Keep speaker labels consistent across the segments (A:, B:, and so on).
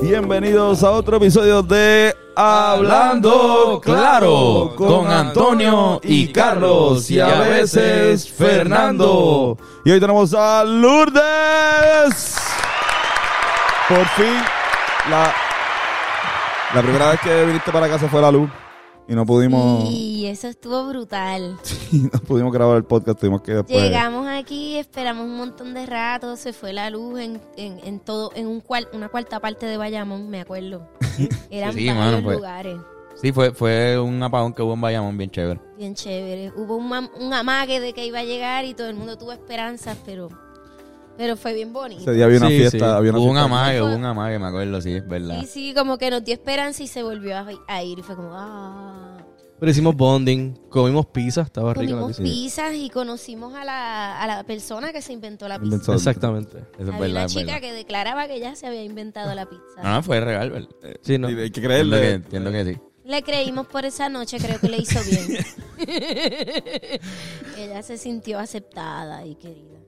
A: Bienvenidos a otro episodio de Hablando Claro con Antonio y Carlos y a veces Fernando. Y hoy tenemos a Lourdes. Por fin, la, la primera vez que viniste para casa fue la luz y no pudimos...
B: Y eso estuvo brutal.
A: y no pudimos grabar el podcast, tuvimos que después.
B: Llegamos aquí, esperamos un montón de rato, se fue la luz en, en, en todo, en un cual, una cuarta parte de Bayamón, me acuerdo. Eran
C: Sí,
B: varios
C: mano, pues.
B: lugares.
C: Sí, fue, fue un apagón que hubo en Bayamón bien chévere.
B: Bien chévere. Hubo un, mam- un amague de que iba a llegar y todo el mundo tuvo esperanzas, pero, pero fue bien bonito.
A: Ese día había una
C: Sí,
A: fiesta,
C: sí.
A: había una
C: hubo un
A: fiesta.
C: amague, hubo un amague, me acuerdo, sí, es verdad.
B: Y sí, como que nos dio esperanza y se volvió a, a ir. Y fue como, ah.
D: Pero hicimos bonding, comimos pizza, estaba rica la
B: Comimos
D: pizza.
B: pizzas y conocimos a la, a la persona que se inventó la pizza.
A: Inventó-
D: Exactamente.
C: Eso es
B: Había
C: verdad,
B: una
C: es
B: chica
C: verdad.
B: que declaraba que ya se había inventado la pizza.
A: Ah.
C: No, no, fue real, ¿verdad?
D: Sí, no.
A: Y Hay que
C: Entiendo que,
A: creerle.
C: entiendo que sí.
B: Le creímos por esa noche, creo que le hizo bien. Ella se sintió aceptada y querida.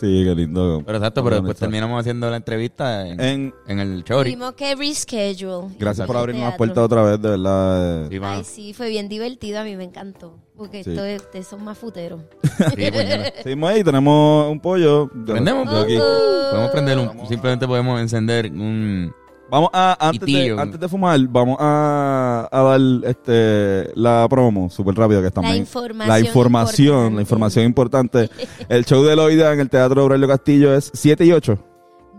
A: Sí, qué lindo.
C: Pero exacto, pero después terminamos haciendo la entrevista en,
A: En-
C: en el Chori.
B: Tuvimos que reschedule.
A: gracias por
B: Al
A: abrirnos las
B: teatro.
A: puertas otra vez, de verdad. eh.
C: Sí, mano.
B: Ay, sí, fue bien divertido, a mí me encantó. Porque
A: Sí.
B: esto es- ustedes son más futeros.
C: Sí, pues, puñeta.
A: Seguimos ahí, tenemos un pollo. Yo-
C: Prendemos.
A: yo aquí.
C: Podemos prender un, simplemente podemos encender un...
A: Vamos a, antes de,
C: Pitillo.
A: antes de fumar, vamos a, a dar este la promo súper rápido que estamos.
B: La
A: en-
B: información
A: La información,
B: importante.
A: la información importante. El show de Loida en el Teatro Aurelio Castillo es 7 y 8.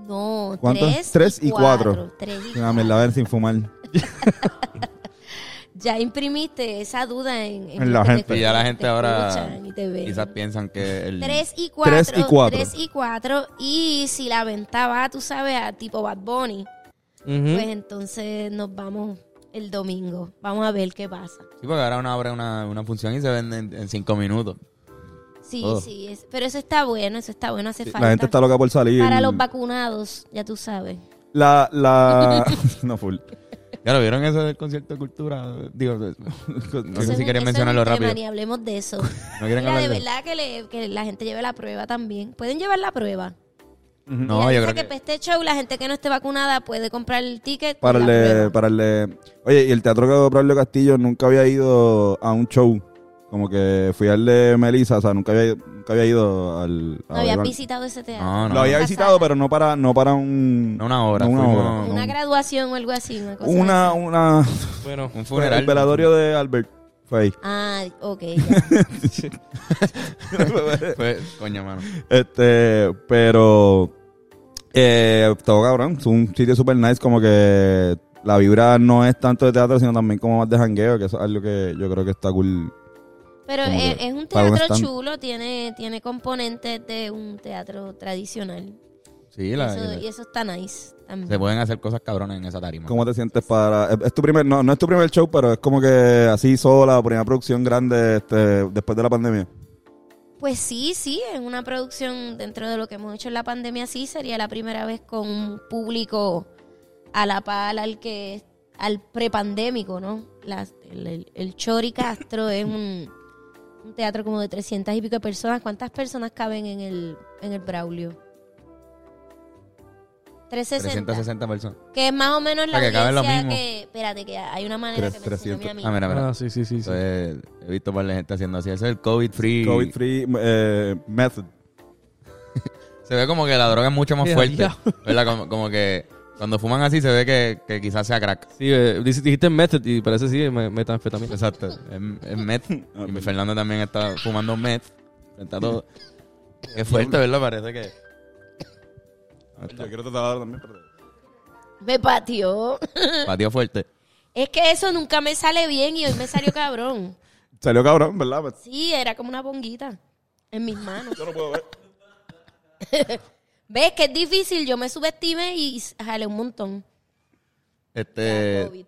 B: No,
A: ¿Cuántos?
B: tres,
A: Tres y cuatro.
B: Tres y
A: Ah,
B: cuatro.
A: me la ven sin fumar.
B: Ya imprimiste esa duda en,
A: En la
B: lo que te
A: gente.
C: Y ya la
B: escuchan,
C: gente
B: te
C: ahora
B: escuchan y te ven.
C: quizás piensan que el...
B: 3 y 4.
A: Tres
B: 3
A: y cuatro.
B: y cuatro. Y si la venta va, tú sabes, a tipo Bad Bunny,
C: ¿Mm?
D: Ujú.
B: pues entonces nos vamos el domingo. Vamos a ver qué pasa.
C: Sí, porque ahora uno abre una, una función y se vende en, en cinco minutos.
B: Sí,
C: Oh.
B: sí. es- pero eso está bueno, eso está bueno, hace falta.
A: La gente está loca por salir.
B: Para los vacunados, ya tú sabes.
A: La, la. no, full.
C: Ya lo vieron eso del concierto de cultura. Digo, no
B: Eso
C: sé
B: es
C: si
B: un- eso es
C: quieren
B: un
C: mencionarlo
B: tema,
C: rápido.
B: Ni hablemos de eso.
C: No quieren
B: Mira, de
C: hablar de-
B: verdad que, le- que la gente lleve la prueba también. Pueden llevar la prueba.
C: No,
B: Ella dice
C: yo creo
B: que,
C: que...
B: para este show la gente que no esté vacunada puede comprar el ticket. con
A: Para
B: la
A: el,
B: prueba.
A: para el- Oye, y el Teatro de Aurelio Castillo nunca había ido a un show. Como que fui al de Melissa, o sea, nunca había, nunca había ido al. a
B: No habías
A: Iván.
B: visitado ese teatro.
C: No, no.
A: Lo había
B: Esa
A: visitado,
B: sala.
A: pero no para, no para un.
C: No una hora,
A: no una
C: fuimos-
A: hora.
B: Una graduación o algo así. Una, cosa
A: Una,
B: así.
A: una.
D: Bueno,
C: Un
A: El
C: funeral.
A: velatorio de Albert. Fue ahí.
B: Ah, ok. ya.
C: Fue- coño, mano.
A: Este, pero. Eh, todo cabrón. Es un sitio super nice, como que. La vibra no es tanto de teatro, sino también como más de jangueo, que eso es algo que yo creo que está cool.
B: Pero e-,
A: Como
B: es,
A: que
B: es un
A: para un
B: teatro
A: stand.
B: chulo, tiene, tiene componentes de un teatro tradicional.
C: Sí,
B: Y
C: la,
B: eso, y eso está nice también.
C: se pueden hacer cosas cabronas en esa tarima.
A: ¿Cómo te sientes para.? es- Es tu primer, no, no es tu primer show, pero es como que así sola, primera producción grande este, después de la pandemia.
B: Pues sí, sí, es una producción dentro de lo que hemos hecho en la pandemia, sí, sería la primera vez con un público a la par al que al prepandémico, ¿no? Las- el, el- el Chori Castro es un, un teatro como de 300 y pico de personas. ¿Cuántas personas caben en el, en el Braulio? 360.
C: 360 personas.
B: Que es más o menos la
C: O sea, que caben lo
B: audiencia
C: mismo.
B: que... Espérate, que hay una manera
A: Tres-
B: que me enseñó mi
A: 300.
B: amiga.
C: Ah, mira, mira.
D: ah, sí, sí, sí. sí.
C: Entonces, he visto un par de gente haciendo así. Eso es el COVID-free.
A: COVID-free eh, method.
C: Se ve como que la droga es mucho más
D: Mira,
C: fuerte.
D: ya.
C: ¿Verdad? Como, como que cuando fuman así se ve que, que quizás sea crack.
D: Sí, eh, dici- dijiste method y parece sí, me- metanfetamina.
C: Exacto. Es, es meth. Y mi Fernando también está fumando meth. Frente a todo. Qué fuerte, ¿verdad? Parece que...
A: Yo quiero tratar ahora también, pero-
B: Me pateó.
C: Patio fuerte.
B: Es que eso nunca me sale bien y hoy me salió cabrón.
A: Salió cabrón, ¿verdad? Pues,
B: Sí, era como una bonguita en mis manos.
A: Yo no puedo ver.
B: ¿Ves que es difícil? Yo me subestime y s- jalé un montón.
C: Este...
B: Ah, COVID.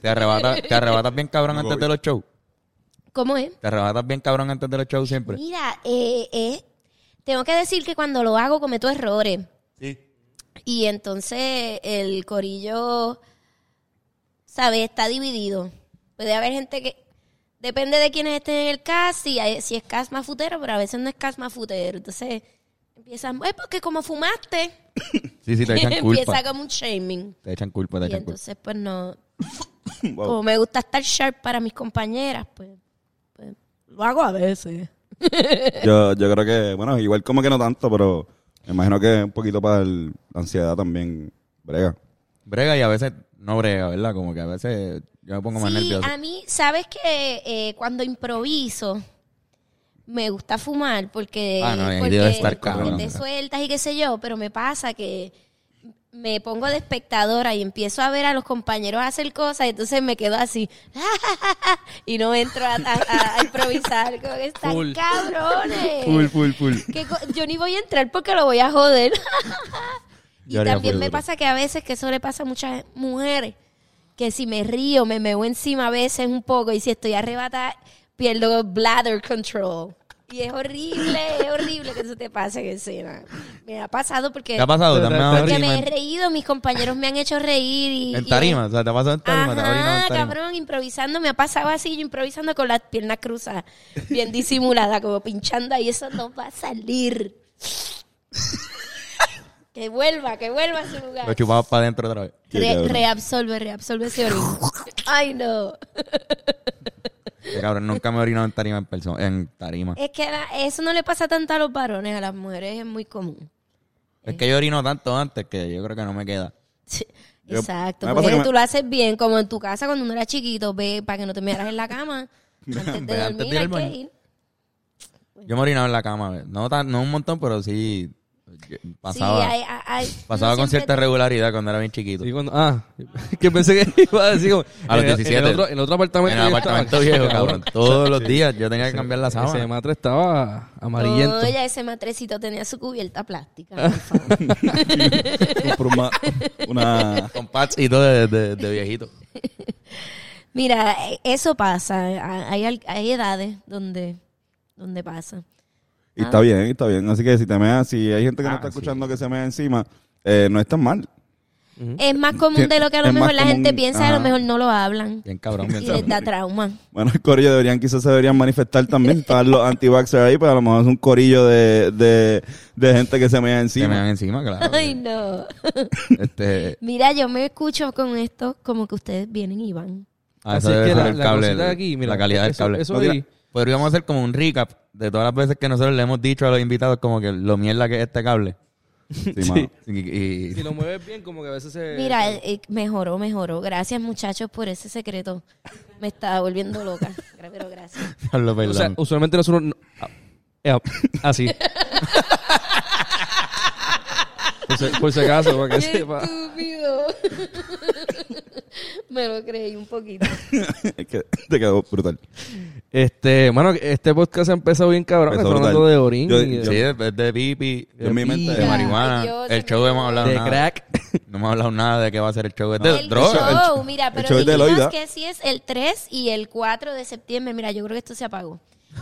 C: Te arrebatas, te arrebatas bien cabrón antes de los shows.
B: ¿Cómo es?
C: Te arrebatas bien cabrón antes de los shows siempre.
B: Mira, eh, eh, tengo que decir que cuando lo hago cometo errores. Y entonces el corillo, ¿sabes? Está dividido. Puede haber gente que... Depende de quiénes estén en el cast, si, hay- si es cast más futero, pero a veces no es cast más futero. Entonces, Empiezan, es porque como fumaste,
C: Sí, sí, te echan
B: empieza
C: culpa.
B: como un shaming.
C: Te echan culpa, te
B: Y
C: echan culpa.
B: entonces, pues no.
A: Wow.
B: Como me gusta estar sharp para mis compañeras, pues, pues lo hago a veces.
A: Yo, yo creo que, bueno, igual como que no tanto, pero me imagino que un poquito para el- la ansiedad también brega.
C: Brega y a veces no brega, ¿verdad? Como que a veces yo me pongo más
B: sí,
C: nervioso.
B: a mí, sabes que cuando improviso me gusta fumar porque,
C: Ah, no, y
B: porque,
C: debe estar
B: porque
C: cabrón.
B: te sueltas y qué sé yo, pero me pasa que me pongo de espectadora y empiezo a ver a los compañeros hacer cosas y entonces me quedo así y no entro a, a- a improvisar como que están
D: Full.
B: cabrones
A: full, full.
B: que co- yo ni voy a entrar porque lo voy a joder. y
C: Yo haría
B: también
C: full
B: me
C: duro.
B: pasa que a veces, que eso le pasa a muchas mujeres, que si me río, me meo encima a veces un poco y si estoy arrebatada, pierdo bladder control. Y es horrible, es horrible que eso te pase en escena. Me ha pasado porque,
C: ¿Te ha pasado?
D: Te-
C: ¿Te has
D: te-
C: dado
D: te-
B: porque
C: orina
B: me he
C: en-
B: reído, mis compañeros me han hecho reír. Y,
C: En
B: y-
C: tarima, o sea, te ha pasado en tarima, te has orinado
B: Ajá,
C: en tarima.
B: cabrón, improvisando, me ha pasado así, yo improvisando con las piernas cruzadas, bien disimulada, como pinchando ahí, eso no va a salir. que vuelva, que vuelva a su
C: Lo
B: lugar.
C: chupabas para adentro otra vez.
A: Qué
B: Re-
A: cabrón.
B: reabsorbe, reabsorbe ese orín. Ay, no.
C: Qué cabrón, nunca me he orinado en tarima en persona, en tarima.
B: Es que la- eso no le pasa tanto a los varones, a las mujeres es muy común.
C: Es que yo orino tanto antes que yo creo que no me queda.
B: Sí,
A: Yo-
B: Exacto,
A: me pasa
B: porque
A: que me-
B: tú lo haces bien, como en tu casa cuando uno era chiquito, ve para que no te miraras en la cama. Antes de
C: Ve, antes de ir
B: dormir
C: al
B: hay
C: baño.
B: que ir.
C: Yo me orinaba en la cama, ¿ves? no, tan- no un montón, pero sí yo- pasaba,
B: Sí, hay- hay- hay-
C: pasaba
B: uno
C: con
B: siempre
C: cierta regularidad cuando era bien chiquito.
D: Sí, cuando- ah, que pensé que iba a decir como,
C: A los
D: en el-
C: 17.
D: En el otro, en el otro apartamento.
C: en el
D: que yo
C: apartamento
D: estaba,
C: viejo, cabrón. Todos los días yo tenía que cambiar la
D: Ese
C: sábana.
D: matre estaba amarillento.
B: Oye, ese matrecito tenía su cubierta plástica. por favor.
A: Por una, una-
C: Con pads y todo de, de- de viejito.
B: Mira, eh, eso pasa. Ah, Hay, al- hay edades donde, donde pasa.
A: Y
B: Ah.
A: está bien, y está bien. Así que si te meas, si hay gente que no
C: Ah,
A: está
C: sí.
A: escuchando que se mea encima, eh, no es tan mal.
B: Es más común de lo que a lo
A: Es más
B: mejor la gente
A: común,
B: piensa, a
A: ajá.
B: lo mejor no lo hablan.
C: Bien cabrón,
B: Y
C: bien
B: les
C: cabrón.
B: da trauma.
A: Bueno, el corillo deberían, quizás se deberían manifestar también. Están los anti-vaxxers ahí, pero a lo mejor es un corillo de, de, de gente que se mea
C: Se me dan
A: encima.
C: encima, claro.
B: Ay, no.
C: Este,
B: Mira, yo me escucho con esto como que ustedes vienen y van.
C: ah,
D: Así
C: eso
D: es
C: debe
D: que
C: ser
D: la-
C: el
D: la
C: cable,
D: cosita
C: el-
D: de aquí, mira,
C: la calidad del
D: eso-
C: cable.
D: eso
C: No,
D: ahí-
C: mira, Podríamos hacer como un recap de todas las veces que nosotros le hemos dicho a los invitados como que lo mierda que es este cable.
A: Sí,
D: Sí.
A: mano.
C: Y, y-
D: Si lo mueves bien, como que a veces se.
B: Mira, eh, mejoró, mejoró. Gracias, muchachos, por ese secreto. Me estaba volviendo loca. Pero gracias.
C: Diablo,
D: O sea,
C: perdón.
D: usualmente nosotros. no- ah, eh, así. por, si, por si acaso, para que
B: Qué
D: sepa.
B: estúpido. Me lo creí un poquito.
A: Es que te quedó brutal.
D: Este, mano, este podcast ha empezado bien cabrón.
A: Empezó
D: Estamos hablando
A: brutal.
D: de orín.
A: Yo-
D: y de-
A: yo-
C: sí, es de pipi,
A: Yo en mi mente-
C: de
A: Ay,
C: marihuana.
B: Dios,
C: el show hemos hablado
D: de
C: nada.
D: crack.
C: No hemos hablado nada de qué va a ser el show. Es de
B: el
C: droga.
B: show,
A: Ah. el-
B: mira,
A: el
B: pero
A: show es de
B: dijimos
A: Eloida.
B: que sí es el 3 y el 4 de septiembre. Mira, yo creo que esto se apagó.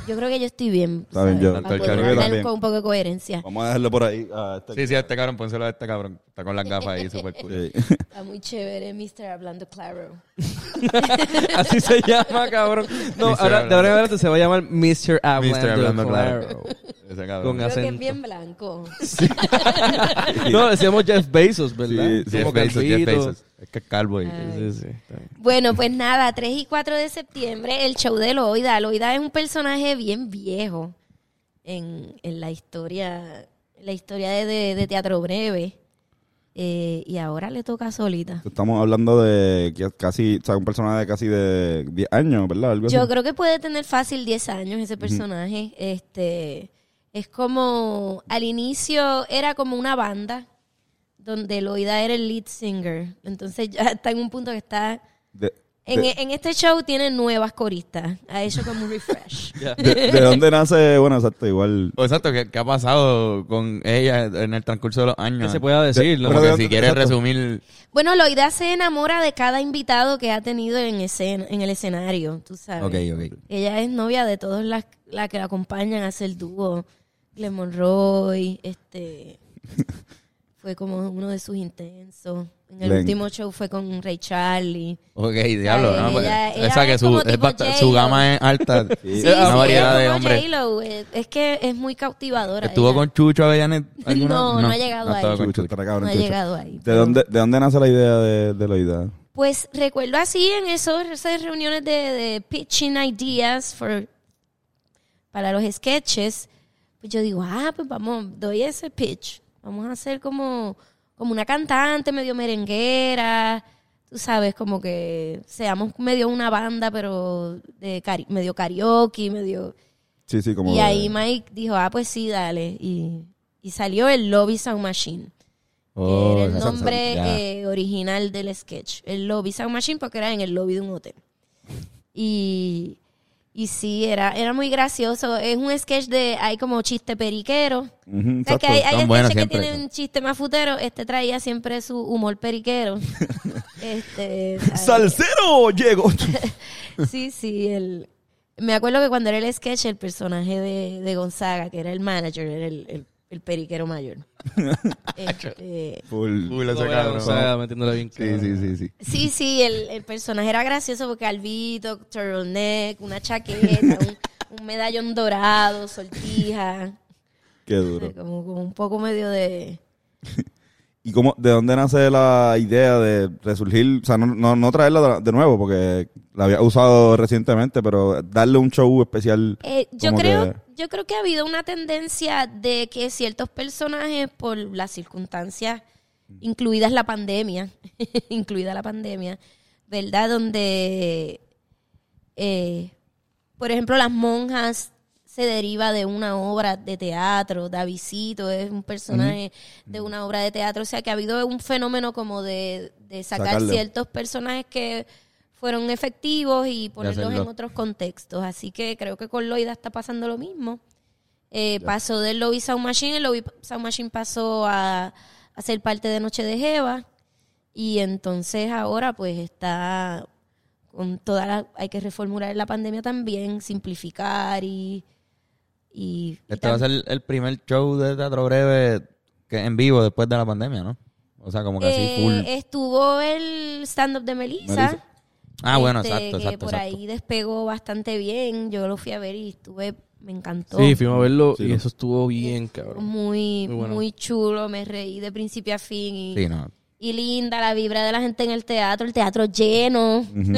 B: Yo creo que yo estoy bien.
A: Está bien, yo-
B: Para
C: yo
B: poder
C: creo que
B: hablar
A: también.
B: con un poco de coherencia.
A: Vamos a dejarlo por ahí. a este-
C: Sí, sí, este cabrón, pónselo a este cabrón. Está con las gafas ahí, súper cool.
A: Sí.
B: Está muy chévere, Mr. Hablando Claro.
D: Así se llama, cabrón. No,
C: Mr.
D: ahora, de
C: Hablando.
D: ahora en adelante se va a llamar Mr. Hablando.
C: Mr. Hablando
D: Ah, claro.
C: Claro. Ese
D: Con
B: Creo
C: cabrón.
B: que es
D: acento.
B: bien blanco.
D: No, decíamos Jeff Bezos, ¿verdad?
A: Sí,
D: Sí,
C: Jeff Bezos, Jeff Bezos. Es que es calvo. y-
D: Sí, sí. está bien.
B: Bueno, pues nada, 3 y 4 de septiembre, el show de Loida. Loida es un personaje bien viejo en, en la historia, la historia de, de- de teatro breve. Eh, y ahora le toca solita.
A: Estamos hablando de que casi, o sea, un personaje de casi de 10 años, ¿verdad? Algo
B: Yo
A: así.
B: creo que puede tener fácil 10 años ese personaje. Este es como al inicio era como una banda donde Loida era el lead singer. Entonces ya está en un punto que está
A: De,
B: en,
A: de-
B: en este show tiene nuevas coristas. Ha hecho como un refresh.
A: de- de dónde nace? Bueno, exacto, igual.
C: O Exacto, ¿qué, qué ha pasado con ella en el transcurso de los años?
D: Que se pueda decir, ¿no?
C: Como
A: Pero
C: que
A: de-
C: si quieres
A: exacto.
C: resumir,
B: Bueno, Loida se enamora de cada invitado que ha tenido en, escena, en el escenario, tú sabes.
C: Ok, ok.
B: Ella es novia de todos las la que la acompañan a hacer dúo. Glen Monroy, este... fue como uno de sus intensos. En el
A: Len.
B: último show fue con Ray Charlie.
C: Ok, diablo.
B: Ay,
C: no, pues,
B: ella- ella
C: esa que
B: es
C: su,
B: como
C: es
B: tipo
C: bast-
B: J-Lo.
C: su gama es alta.
A: Sí,
B: Sí,
C: una
B: sí,
C: variedad
B: es
C: de
B: como
C: hombres.
B: J-Lo, eh, es que es muy cautivadora.
C: ¿Estuvo
B: ella.
C: con Chucho Avellanet? alguna?
B: No, no ha llegado
C: estaba
B: ahí.
C: con
A: Chucho,
C: Chucho.
A: está cabrón,
B: No ha
A: Chucho.
B: llegado ahí.
A: ¿De dónde, ¿De dónde nace la idea de, de Loida?
B: Pues recuerdo así en esos, esas reuniones de, de pitching ideas for, para los sketches, pues yo digo, ah, pues vamos, doy ese pitch. Vamos a hacer como, como una cantante medio merenguera, tú sabes, como que seamos medio una banda, pero de cari- medio karaoke, medio...
A: Sí, sí, como.
B: Y
A: de-
B: ahí Mike dijo, ah, pues sí, dale. Y, y salió el Lobby Sound Machine.
C: Oh,
B: que era el
C: esa-
B: nombre
C: ya.
B: eh, original del sketch. El Lobby Sound Machine porque era en el lobby de un hotel. Y, y sí, era, era muy gracioso. Es un sketch de, hay como chiste periquero.
A: Ujú,
B: O sea,
A: exacto.
B: que hay, hay
C: Son
B: sketches
C: buenos
B: que
C: siempre.
B: tienen un chiste más futero. Este traía siempre su humor periquero. este, ¿sabes?
A: ¡Salsero! Llego.
B: Sí, sí, el... Me acuerdo que cuando era el sketch, el personaje de, de Gonzaga, que era el manager, era el, el- el periquero mayor. Este,
A: Full.
C: Uy, ese
D: Lo veo,
C: cabrón.
D: o sea, metiéndola bien
A: Sí,
D: cara.
A: sí, sí, sí.
B: sí, sí, el, el personaje era gracioso porque albito, turtleneck, una chaqueta, un, un medallón dorado, sortija,
A: Qué duro.
B: como, como un poco medio de...
A: ¿Y cómo, de dónde nace la idea de resurgir? O sea, no, no, no traerla de- de nuevo, porque la había usado recientemente, pero darle un show especial.
B: Eh, yo
A: como
B: creo,
A: que-
B: yo creo que ha habido una tendencia de que ciertos personajes, por las circunstancias,
A: Mm.
B: incluidas la pandemia, incluida la pandemia, ¿verdad? Donde, eh, por ejemplo, las monjas se deriva de una obra de teatro, Davidito es un personaje de una obra de teatro, o sea que ha habido un fenómeno como de, de sacar
A: Sacarlo.
B: ciertos personajes que fueron efectivos y ponerlos en
C: hacerlo.
B: otros contextos. Así que creo que con Loida está pasando lo mismo. Eh, pasó del Lobby Sound Machine, el Lobby Sound Machine pasó a, a ser parte de Noche de Jeva. Y entonces ahora pues está con toda la, hay que reformular la pandemia también, simplificar y, y, y
C: Este va a
B: tam-
C: ser el primer show de teatro breve que en vivo después de la pandemia, ¿no? O sea, como que
B: Eh,
C: así full.
B: estuvo el stand-up de Melissa.
A: Melissa.
C: ah, bueno,
B: este,
C: exacto,
B: que
C: exacto,
B: por
C: exacto.
B: ahí despegó bastante bien. Yo lo fui a ver y estuve, me encantó.
D: Sí, fuimos a verlo
A: Sí,
D: y
A: ¿no?
D: eso estuvo bien, cabrón.
B: muy,
D: Muy
B: muy,
D: bueno.
B: chulo, me reí de principio a fin. Y,
C: Sí, no.
B: y linda la vibra de la gente en el teatro, el teatro lleno.
A: Ujú.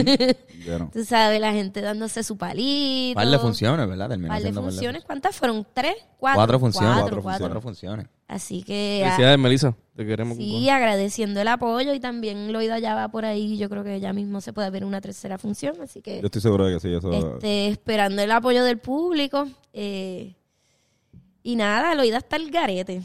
A: Ya no.
B: Tú sabes, la gente dándose su palito.
C: Par de funciones, ¿verdad? Terminó
B: Par de
C: siendo par de
B: funciones. ¿Cuántas fueron? ¿Tres? ¿Cuatro?
C: Cuatro funciones.
B: Cuatro, cuatro.
C: Cuatro funciones.
B: Así que... ah,
D: Felicidades, Melissa. Te queremos.
B: Sí, agradeciendo el apoyo y también Loida ya va por ahí. Yo creo que ya mismo se puede ver una tercera función, así que
A: Yo estoy seguro de que sí, eso.
B: este, esperando el apoyo del público. eh, y nada, Loida está al garete.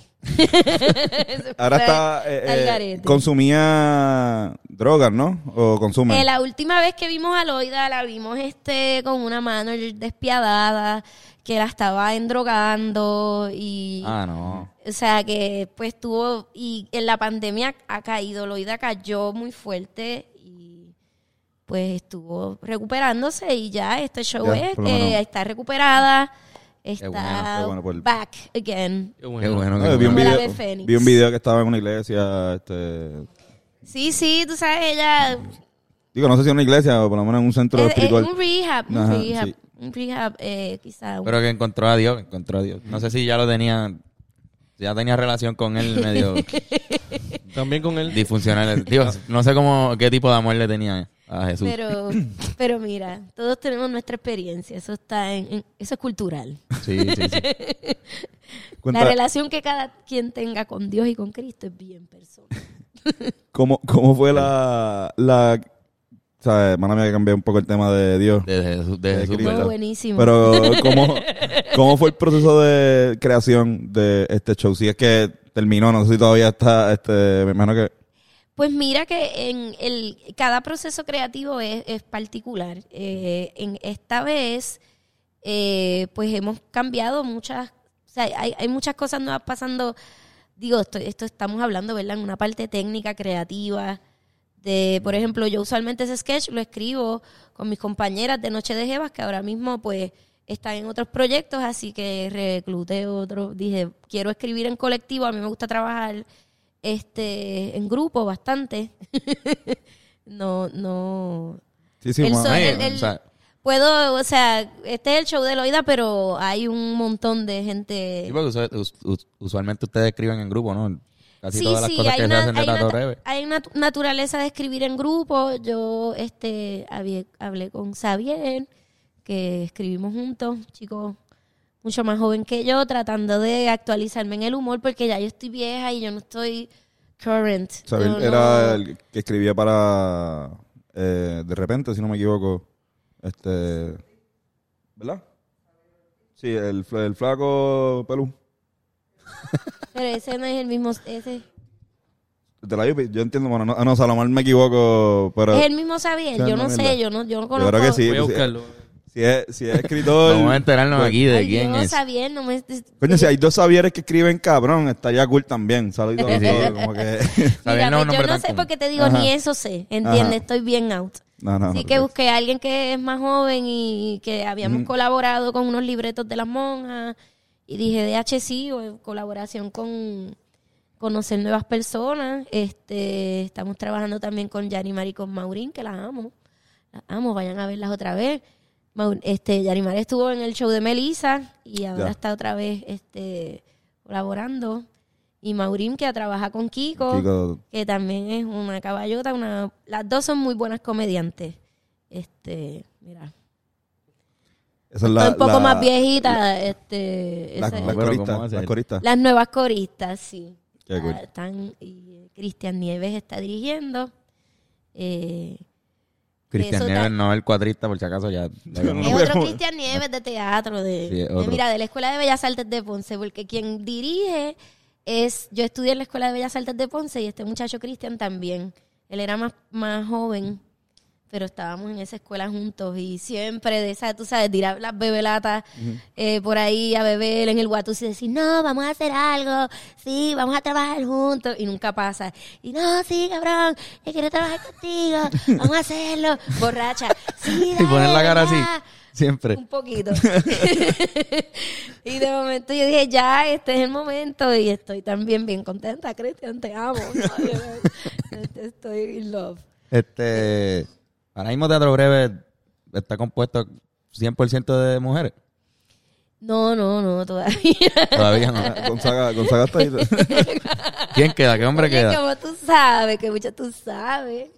A: Ahora está. eh,
B: Está pues, al
A: eh,
B: garete.
A: consumía drogas, ¿no? O consume. Ah,
B: Eh, la última vez que vimos a Loida la vimos este con una manager despiadada que la estaba endrogando y
C: Ah, no.
B: o sea que pues tuvo y en la pandemia ha caído, Loida cayó muy fuerte y pues estuvo recuperándose y ya este show
A: Ya,
B: es
A: por lo
B: eh,
A: menos.
B: está recuperada, está
C: bueno,
A: qué bueno por el-
B: back again.
D: Qué
C: Qué
D: bueno.
C: bueno.
A: No,
C: qué
A: Eh, vi, un
C: bueno.
B: Como la
A: video,
B: de Fénix.
A: vi un video que estaba en una iglesia. Este,
B: Sí, sí, tú sabes, ella
A: digo, no sé si en una iglesia o por lo menos en un centro
B: es, es
A: espiritual.
B: un rehab, un
A: Ajá,
B: rehab,
A: sí.
B: un rehab, eh, quizá un
C: Pero que encontró a Dios, encontró a Dios. No sé si ya lo tenía, si ya tenía relación con él medio
D: También con él.
C: disfuncional. Digo, no sé cómo, qué tipo de amor le tenía a Jesús.
B: Pero, pero mira, todos tenemos nuestra experiencia, eso está en, en- eso es cultural.
C: Sí, sí, sí.
A: Cuenta-
B: La relación que cada quien tenga con Dios y con Cristo es bien personal.
A: ¿Cómo, cómo fue la. la ¿Sabes? Mano mía que cambié un poco el tema de Dios.
C: De Jesús, de
A: De
C: Jesús,
A: Cristo.
B: Todo
C: ¿verdad?
B: buenísimo.
A: Pero, ¿cómo, ¿cómo fue el proceso de creación de este show? Si es que terminó, no sé si todavía está. Este, me imagino que.
B: Pues mira que en el, cada proceso creativo es, es particular. Eh, en esta vez, eh, pues hemos cambiado muchas, o sea, hay, hay muchas cosas nuevas pasando. Digo, esto, esto estamos hablando, ¿verdad? En una parte técnica, creativa. De, por ejemplo, yo usualmente ese sketch lo escribo con mis compañeras de Noche de Jebas, que ahora mismo pues están en otros proyectos, así que recluté otro. Dije, quiero escribir en colectivo, a mí me gusta trabajar este, en grupo bastante. no, no.
A: Sí, sí,
B: El
A: ma-
B: sol-
C: Ay,
B: el- el-
C: o sea,
B: Puedo, o sea, este es el show de Loida, pero hay un montón de gente.
C: sí, porque usa- us- us- usualmente ustedes escriben en grupo, ¿no? Casi
B: sí,
C: todas las
B: sí,
C: cosas
B: hay,
C: que se
B: una,
C: hacen de
B: hay una-
C: Tato Rebe.
B: hay una nat- naturaleza de escribir en grupo. Yo este hablé, hablé con Xavier, que escribimos juntos, chico mucho más joven que yo, tratando de actualizarme en el humor, porque ya yo estoy vieja y yo no estoy current.
A: Xavier
B: Yo no-
A: era el que escribía para eh, De repente, si no me equivoco. Este. ¿Verdad? Sí, el, fl- el flaco pelú.
B: Pero ese no es el mismo, ese
A: De la Yupi. Yo entiendo, bueno, no, ah, no Salomar me equivoco, pero.
B: es el mismo Xavier, yo no sé, yo no, yo no
A: Yo
B: conozco.
A: creo que sí.
D: Voy a
A: pues,
D: buscarlo.
A: Si, si es, si es escritor.
C: Vamos a enterarnos
A: pues,
C: aquí de
B: Ay,
C: quién
B: Dios,
C: es.
B: Xavier, no me
A: Coño, si hay dos Xavieres que escriben cabrón, estaría cool también. ¿sabes?
C: Sí, sí.
A: Como que.
C: Xavier
B: Mira,
C: no es un
B: pues, yo
C: nombre
B: no
C: tan
B: sé
C: común.
B: por qué te digo
A: Ajá.
B: ni eso sé, entiende,
A: Ajá.
B: estoy bien out.
A: No, no.
B: Así que busqué a alguien que es más joven y que habíamos colaborado con unos libretos de las monjas y dije DH sí, o en colaboración con conocer nuevas personas. Este, estamos trabajando también con Yanimar y con Maurín, que las amo. Las amo, vayan a verlas otra vez. Mau- Este, Yanimar estuvo en el show de Melissa y ahora
A: Ya.
B: está otra vez este, colaborando. Y Maurín, que trabaja con Kiko
A: Chico,
B: que también es una caballota, una las dos son muy buenas comediantes. Este, mira,
A: esa es la,
B: Estoy un poco
A: la-
B: más viejita, este,
A: La,
B: esa-
A: la
C: No, pero
A: corista,
C: ¿cómo va a ser?
A: la corista.
B: las nuevas coristas, sí.
A: Qué cool.
B: Ah, están y eh, Cristian Nieves está dirigiendo. Eh,
C: Cristian
B: Eso da-
C: Neves no es el cuadrista, por si acaso ya. ya habíamos-
B: es otro Cristian Nieves de teatro, de,
C: Sí,
B: de-
C: otro.
B: mira, de la Escuela de Bellas Artes de Ponce, porque quien dirige es, yo estudié en la Escuela de Bellas Artes de Ponce y este muchacho Cristian también. Él era más, más joven, pero estábamos en esa escuela juntos y siempre de esa, tú sabes, tirar las bebelatas eh, por ahí a beber en el guatus y decir, no, vamos a hacer algo, sí, vamos a trabajar juntos y nunca pasa. Y no, sí, cabrón, que quiero trabajar contigo, vamos a hacerlo, borracha. Sí,
C: Y poner la
B: dale,
C: cara así.
B: ya".
C: Siempre.
B: Un poquito. y de momento yo dije, ya, este es el momento. Y estoy también bien contenta, Cristian, te amo. estoy in love.
C: Este. Ahora mismo Teatro Breve está compuesto 100% de mujeres.
B: No, no, no, todavía.
C: Todavía no.
A: Ah, Gonzaga, Gonzaga está ahí.
C: ¿Quién queda? ¿Qué hombre
B: Oye,
C: queda?
B: como tú sabes, que mucho tú sabes.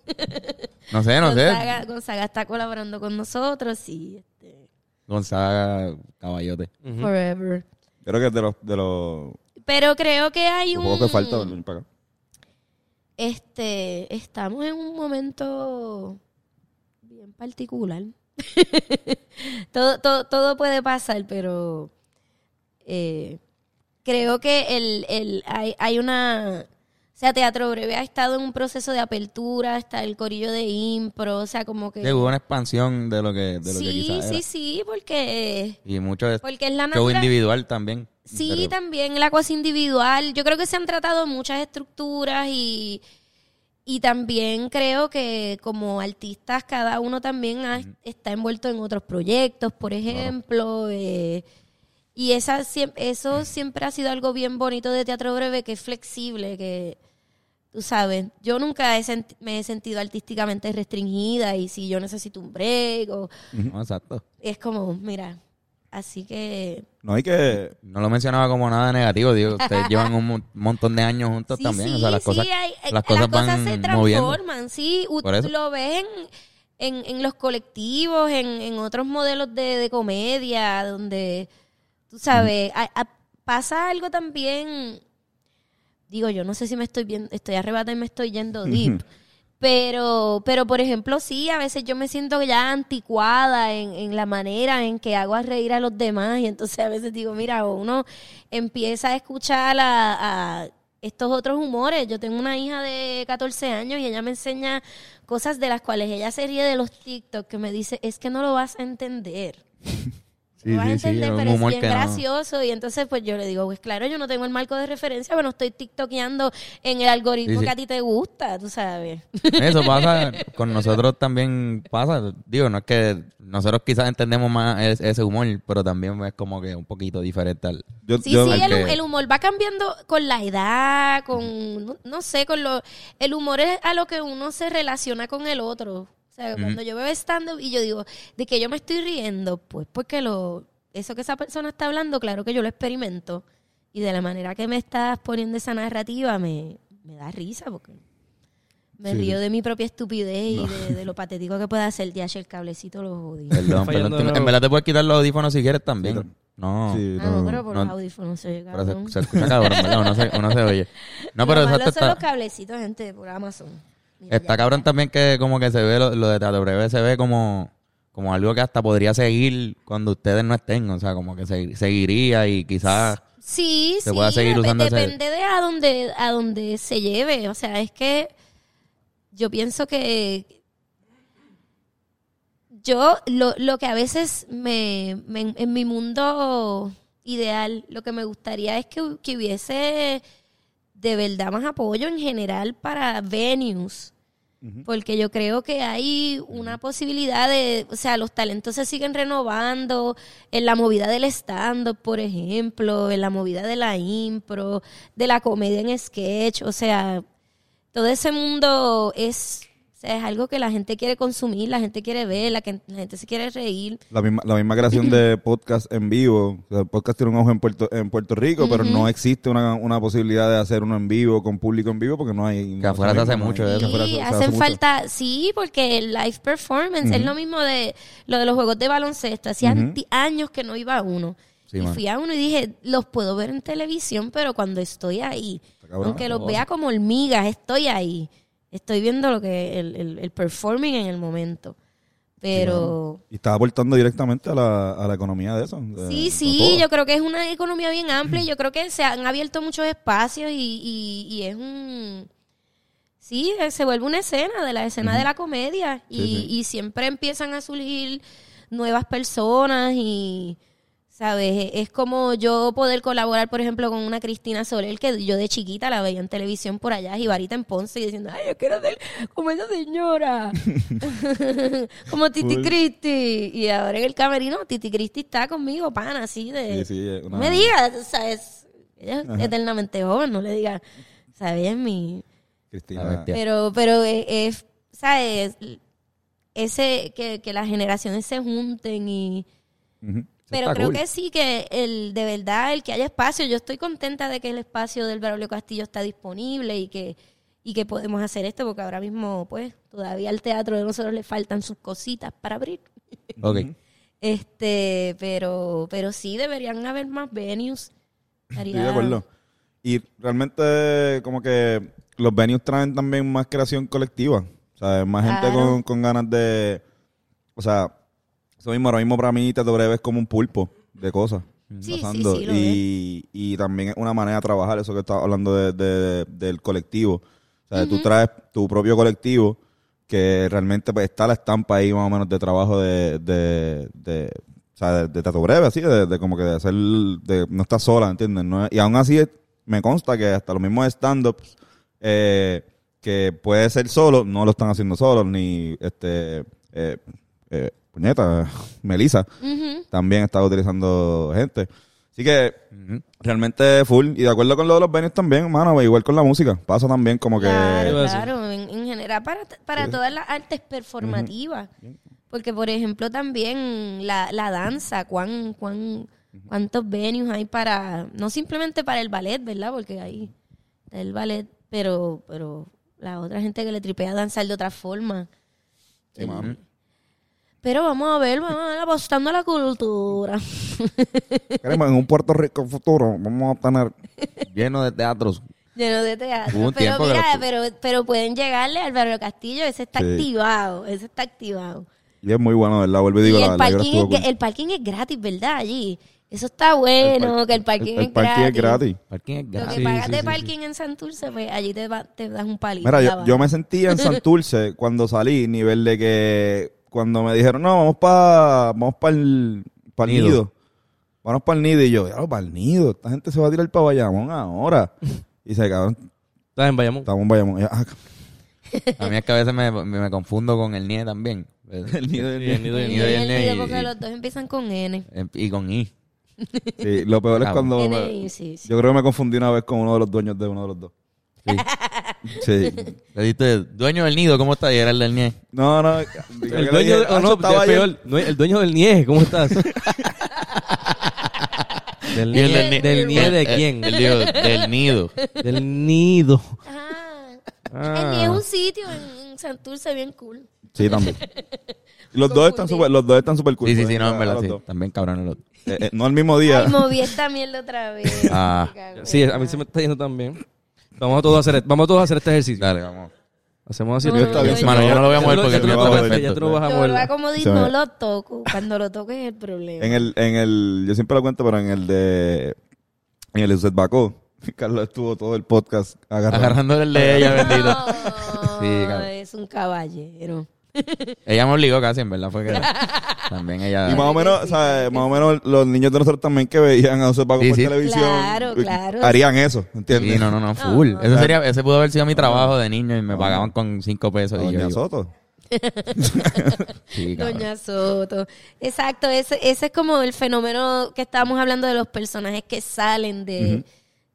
C: No sé, no sé.
B: Gonzaga, Gonzaga está colaborando con nosotros, sí. este,
C: Gonzaga Caballote.
B: Forever.
A: Creo que es de los. De los
B: Pero creo que hay
A: lo
B: un...
A: poco que falta venir para acá.
B: Este, estamos en un momento bien particular. todo, todo, todo puede pasar, pero eh, creo que el, el- hay, hay una... O sea, Teatro Breve ha estado en un proceso de apertura, está el corillo de impro, o sea, como que...
C: Sí, hubo una expansión de lo que, de lo que
B: sí,
C: quizás
B: sí,
C: era.
B: sí, porque...
C: Y mucho de
B: Porque es la
C: show
B: natural-
C: individual también.
B: Sí,
C: Pero-
B: también la cosa individual. Yo creo que se han tratado muchas estructuras y, y también creo que como artistas cada uno también ha- está envuelto en otros proyectos, por ejemplo. eh, y esa, siem- eso siempre ha sido algo bien bonito de Teatro Breve, que es flexible, que tú sabes, yo nunca he sent- me he sentido artísticamente restringida y si yo necesito un break, o,
C: No, exacto.
B: es como, mira, así que
A: No hay que.
C: No lo mencionaba como nada negativo, digo. Ustedes llevan un mon- montón de años juntos
B: Sí,
C: también.
B: sí,
C: o sea, las
B: sí,
C: cosas,
B: hay- eh,
C: las cosas van
B: se
C: moviendo.
B: transforman, sí. U-
C: Por eso.
B: Lo ves en, en- en los colectivos, en, en otros modelos de, de comedia, donde, tú sabes, a- a- pasa algo también. Digo, yo no sé si me estoy viendo, estoy arrebata y me estoy yendo deep. Pero, pero por ejemplo, sí, a veces yo me siento ya anticuada en, en la manera en que hago a reír a los demás. Y entonces a veces digo, mira, uno empieza a escuchar a, a estos otros humores. Yo tengo una hija de 14 años y ella me enseña cosas de las cuales ella se ríe de los TikTok que me dice, es que no lo vas a entender.
A: Sí,
B: Lo vas a
A: sí, sí,
B: entender,
C: un
B: pero es
C: humor
B: bien
C: que no-
B: gracioso. Y entonces, pues yo le digo, pues claro, yo no tengo el marco de referencia, pero no estoy tiktokeando en el algoritmo
C: Sí, sí.
B: que a ti te gusta, tú sabes.
C: Eso pasa con nosotros también pasa. Digo, no es que nosotros quizás entendemos más es- ese humor, pero también es como que un poquito diferente al...
A: Yo,
B: Sí,
A: yo-
B: sí, el,
C: que-
B: el humor va cambiando con la edad, con, no, no sé, con lo... El humor es a lo que uno se relaciona con el otro. O sea, cuando yo veo stand-up y yo digo, ¿de que yo me estoy riendo? Pues porque lo eso que esa persona está hablando, claro que yo lo experimento. Y de la manera que me estás poniendo esa narrativa, me, me da risa porque me
A: Sí,
B: río
A: sí.
B: de mi propia estupidez y de, de lo patético que pueda ser. Ya, el cablecito lo jodí.
C: Perdón, perdón.
D: Fallando
C: te-
D: de
C: en
D: nuevo.
C: verdad te puedes quitar los audífonos si quieres también.
A: Sí,
C: no.
A: sí,
B: Ah, no,
A: no.
B: pero por
C: no.
B: los audífonos se oye,
C: Pero
B: cabrón.
C: se, se escucha cabrón, ¿verdad? Uno se, uno se oye. No, pero
B: lo
C: eso
B: malo son
C: está,
B: los cablecitos, gente, por Amazon. Mira,
C: está
B: ya.
C: cabrón también que como que se ve lo, lo de Tato Breve, se ve como, como algo que hasta podría seguir cuando ustedes no estén. O sea, como que se- seguiría y quizás...
B: Sí,
C: se
B: sí.
C: pueda seguir
B: dep-
C: usando ese-
B: depende de a dónde, a dónde se lleve. O sea, es que yo pienso que yo lo, lo que a veces me, me- en mi mundo ideal, lo que me gustaría es que, hu- que hubiese de verdad más apoyo en general para venues. Porque yo creo que hay una posibilidad de, o sea, los talentos se siguen renovando en la movida del stand-up, por ejemplo, en la movida de la impro, de la comedia en sketch, o sea, todo ese mundo es, o sea, es algo que la gente quiere consumir, la gente quiere ver, la, que, la gente se quiere reír.
A: La misma, la misma creación de podcast en vivo. O sea, el podcast tiene un ojo en Puerto, en Puerto Rico, pero no existe una, una posibilidad de hacer uno en vivo, con público en vivo, porque no hay...
C: Que afuera se hace mucho
A: de
C: de eso.
B: Sí, hacen falta, sí, porque el live performance es lo mismo de lo de los juegos de baloncesto. Hacían ti- años que no iba a uno.
C: Sí,
B: y
C: man.
B: fui a uno y dije, los puedo ver en televisión, pero cuando estoy ahí,
A: Está cabrón.
B: aunque los vea como hormigas, estoy ahí. Estoy viendo lo que el, el- el performing en el momento. Pero
A: Y está aportando directamente a la, a la economía de eso. de-
B: sí,
A: de
B: sí,
A: todo.
B: yo creo que es una economía bien amplia. y Yo creo que se han abierto muchos espacios y, y- y es un... Sí, eh, se vuelve una escena de la escena de la comedia y, y siempre empiezan a surgir nuevas personas y, ¿sabes? E- Es como yo poder colaborar, por ejemplo, con una Cristina Soler que yo de chiquita la veía en televisión por allá, Jibarita en Ponce, y diciendo, ay, yo quiero ser como esa señora, como Titi Cristi. Y ahora en el camerino, Titi Cristi está conmigo, pana, así de...
A: Sí, sí, es una-
B: No me digas, ¿sabes? Ella es eternamente joven, no le digas, ¿sabes? Ella es mi...
A: Cristina.
C: La bestia.
B: Pero, pero es, es, ¿sabes? Ese, que, que las generaciones se junten y...
A: Ujú.
B: Pero
C: está
B: creo
C: cool.
B: que sí, que el de verdad, el que haya espacio, yo estoy contenta de que el espacio del Braulio Castillo está disponible y que, y que podemos hacer esto, porque ahora mismo, pues, todavía al teatro de nosotros le faltan sus cositas para abrir.
C: Ok.
B: Este, pero, pero sí deberían haber más venues.
A: Estoy de acuerdo. Y realmente como que los venues traen también más creación colectiva. O sea, más gente
B: Claro.
A: con, con ganas de... O sea, eso mismo, ahora mismo para mí Tato Breve es como un pulpo de cosas.
B: Sí,
A: pasando.
B: sí, sí, lo
A: y, y también es una manera de trabajar eso que estaba hablando de- de- del colectivo. O sea, tú traes tu propio colectivo que realmente pues, está la estampa ahí más o menos de trabajo de, de, de, o sea, de, de Tato Breve, así, de, de como que de hacer, de, no estás sola, ¿entiendes? No es- y aún así es- me consta que hasta los mismos stand-ups eh, que puede ser solo, no lo están haciendo solos, ni este, eh, eh, puñeta, Melissa, también está utilizando gente. Así que realmente full, y de acuerdo con lo de los venues también, mano, igual con la música, pasa también como que...
D: Iba a
B: Claro,
D: decir.
B: claro, en, en general para, t- para todas las artes performativas. Porque, por ejemplo, también la, la danza, cuán, cuán, cuántos venues hay para, no simplemente para el ballet, ¿verdad? Porque ahí está el ballet, pero, pero la otra gente que le tripea danzar de otra forma. Eh,
A: Sí, mano.
B: Pero vamos a ver, vamos a ver, apostando a la cultura.
A: Queremos en un Puerto Rico futuro, vamos a tener...
C: Lleno de teatros.
B: Lleno de teatro.
C: Hubo un
B: pero
C: tiempo que
B: mira,
C: lo-
B: pero, pero pueden llegarle al Barrio Castillo, ese está
A: Sí.
B: activado, ese está activado.
A: Y es muy bueno, ¿verdad? Vuelvo y digo,
B: y
A: la,
B: el,
A: la vibra
B: parking
A: estuvo
B: es,
A: cool.
B: el parking es gratis, ¿verdad? Allí. Eso está bueno, que el parking,
A: el
B: es,
A: parking
B: gratis.
A: es gratis.
C: Parking es
B: Lo que
C: gratis.
B: pagas
D: sí,
B: de
D: sí,
B: parking en Santurce, pues allí te, va- te das un palito.
A: Mira,
B: la
A: yo, yo
B: bajas.
A: me sentía en Santurce cuando salí, nivel de que cuando me dijeron, no, vamos para vamos para el, pa el
C: Nido.
A: nido. vamos para el nido. Y yo, ya, para el nido. Esta gente se va a tirar para Bayamón ahora. Y se cabrón,
D: Estás en Bayamón.
A: estamos en Bayamón. Y yo, ah,
C: A mí es que a veces me, me- me confundo con el NIE también. El NIE del
D: NIE.
B: Y
C: NIE del
B: el
C: NIE
B: nido
C: y-
B: porque los dos empiezan con N.
C: y con I.
A: sí, lo peor es
C: Cabrón.
A: cuando...
B: N,
A: me-
B: sí, sí.
A: yo creo que me confundí una vez con uno de los dueños de uno de los dos.
C: Sí.
A: Sí.
C: Le diste, dueño del nido, ¿cómo está? Y era el del NIE.
A: No, no.
D: El dueño,
A: "Ah,
D: de- oh, no, de- peor, no, el dueño del NIE, ¿cómo estás? del
C: Y el
D: NIE, del, NIE de quién?
C: El, el- del nido.
D: del nido.
B: Ajá. El
D: Ah.
B: nido es un sitio en, en Santurce bien cool.
A: Sí, también. Y Los dos están
B: Confundí.
A: super, los dos están super cool.
C: Sí, sí, sí,
A: pueden
C: no,
A: ir
C: en
A: a
C: verdad,
A: los
C: sí.
A: dos.
C: También cabrón los
A: Eh, eh, no al mismo día.
B: Ay, moví esta mierda otra vez.
C: Ah.
B: Me cago en
D: Sí, a mí se me está yendo también. Vamos a todos hacer, vamos a todos hacer este ejercicio.
C: Dale, vamos.
D: Hacemos así.
B: No, no, Está bien,
C: Mano, yo no lo voy a mover porque tú
A: no
D: ya
A: estás
D: tú-
C: perfecto.
D: Ya tú no vas a
B: Yo lo
D: mover.
B: acomodé,
A: Se me-
B: no lo toco. Cuando lo toques es el problema.
A: En el, en el, yo siempre lo cuento, pero en el de, en el de Uset Bacó, Carlos estuvo todo el podcast agarrando.
C: Agarrándole el de ella, bendito.
B: No,
C: Sí, cabrón.
B: es un caballero.
C: Ella me obligó casi, en verdad, fue que
A: Y
C: también
A: más
C: ella...
A: o menos,
B: Sí,
A: ¿sabes?
B: sí.
A: Más o menos los niños de nosotros también que veían a Uset Bacó
C: Sí,
A: por
C: sí.
A: televisión.
B: Claro,
A: eh,
B: claro.
A: Harían eso, ¿entiendes?
C: Sí, no, no, no, full.
B: No, no.
C: Ese, sería, ese pudo haber sido mi trabajo de niño y me pagaban con cinco
A: A
C: pesos. Y yo,
A: Doña
C: digo,
A: Soto.
C: sí, cabrón.
B: Doña Soto. Exacto, ese, ese es como el fenómeno que estábamos hablando de los personajes que salen de...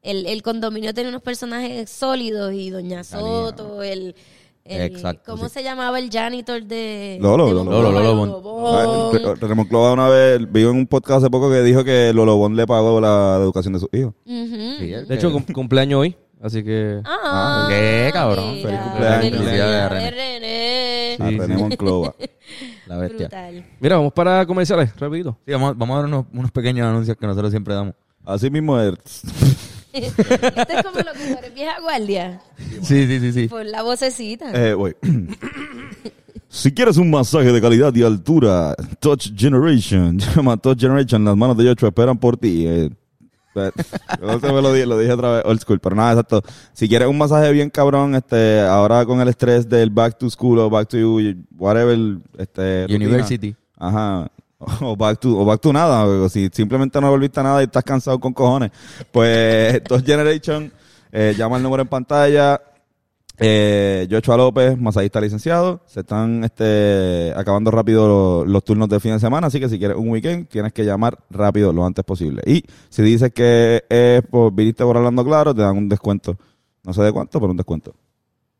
B: el, el condominio tiene unos personajes sólidos y Doña Soto, el... el-
C: Exacto,
B: ¿Cómo
C: sí.
B: se llamaba el janitor de...
A: Lolo,
B: de
A: Lolo.
B: Monclova?
C: Lolo, Lolo.
B: Lobón.
A: Tenemos Clova una vez, vi en un podcast hace poco que dijo que Lolobón le pagó la educación de sus hijos.
B: Ujú.
C: Sí, el-
D: De hecho, cum- cumpleaños hoy, así que
B: Ah,
C: ¿qué, cabrón?
B: mira.
A: Feliz cumpleaños,
B: Felicidades,
C: René.
B: René.
A: Ah, tenemos Clova.
C: la bestia.
B: Brutal.
D: mira, vamos para comerciales, rapidito.
C: Sí, vamos, vamos a dar unos, unos pequeños anuncios que nosotros siempre damos.
A: Así mismo es.
B: Este es como lo que eres vieja guardia.
C: Sí, sí, sí, sí.
B: Por la vocecita.
A: Eh, voy. Si quieres un masaje de calidad y altura, Touch Generation. Llama a Touch Generation. Las manos de Yocho esperan por ti. Eh, eh, yo otra vez lo dije, lo dije otra vez, old school. Pero nada, exacto. Si quieres un masaje bien cabrón, este, ahora con el estrés del back to school o back to you, whatever, este, rutina.
C: University.
A: Ajá. O back to, o back to nada. o si simplemente no volviste a nada y estás cansado con cojones. Pues, Touch Generation, eh, llama el número en pantalla. Eh, Joshua López, masajista licenciado. Se están este, acabando rápido lo- los turnos de fin de semana, así que si quieres un weekend, tienes que llamar rápido, lo antes posible. Y si dices que es por, viniste por Hablando Claro, te dan un descuento. No sé de cuánto, pero un descuento.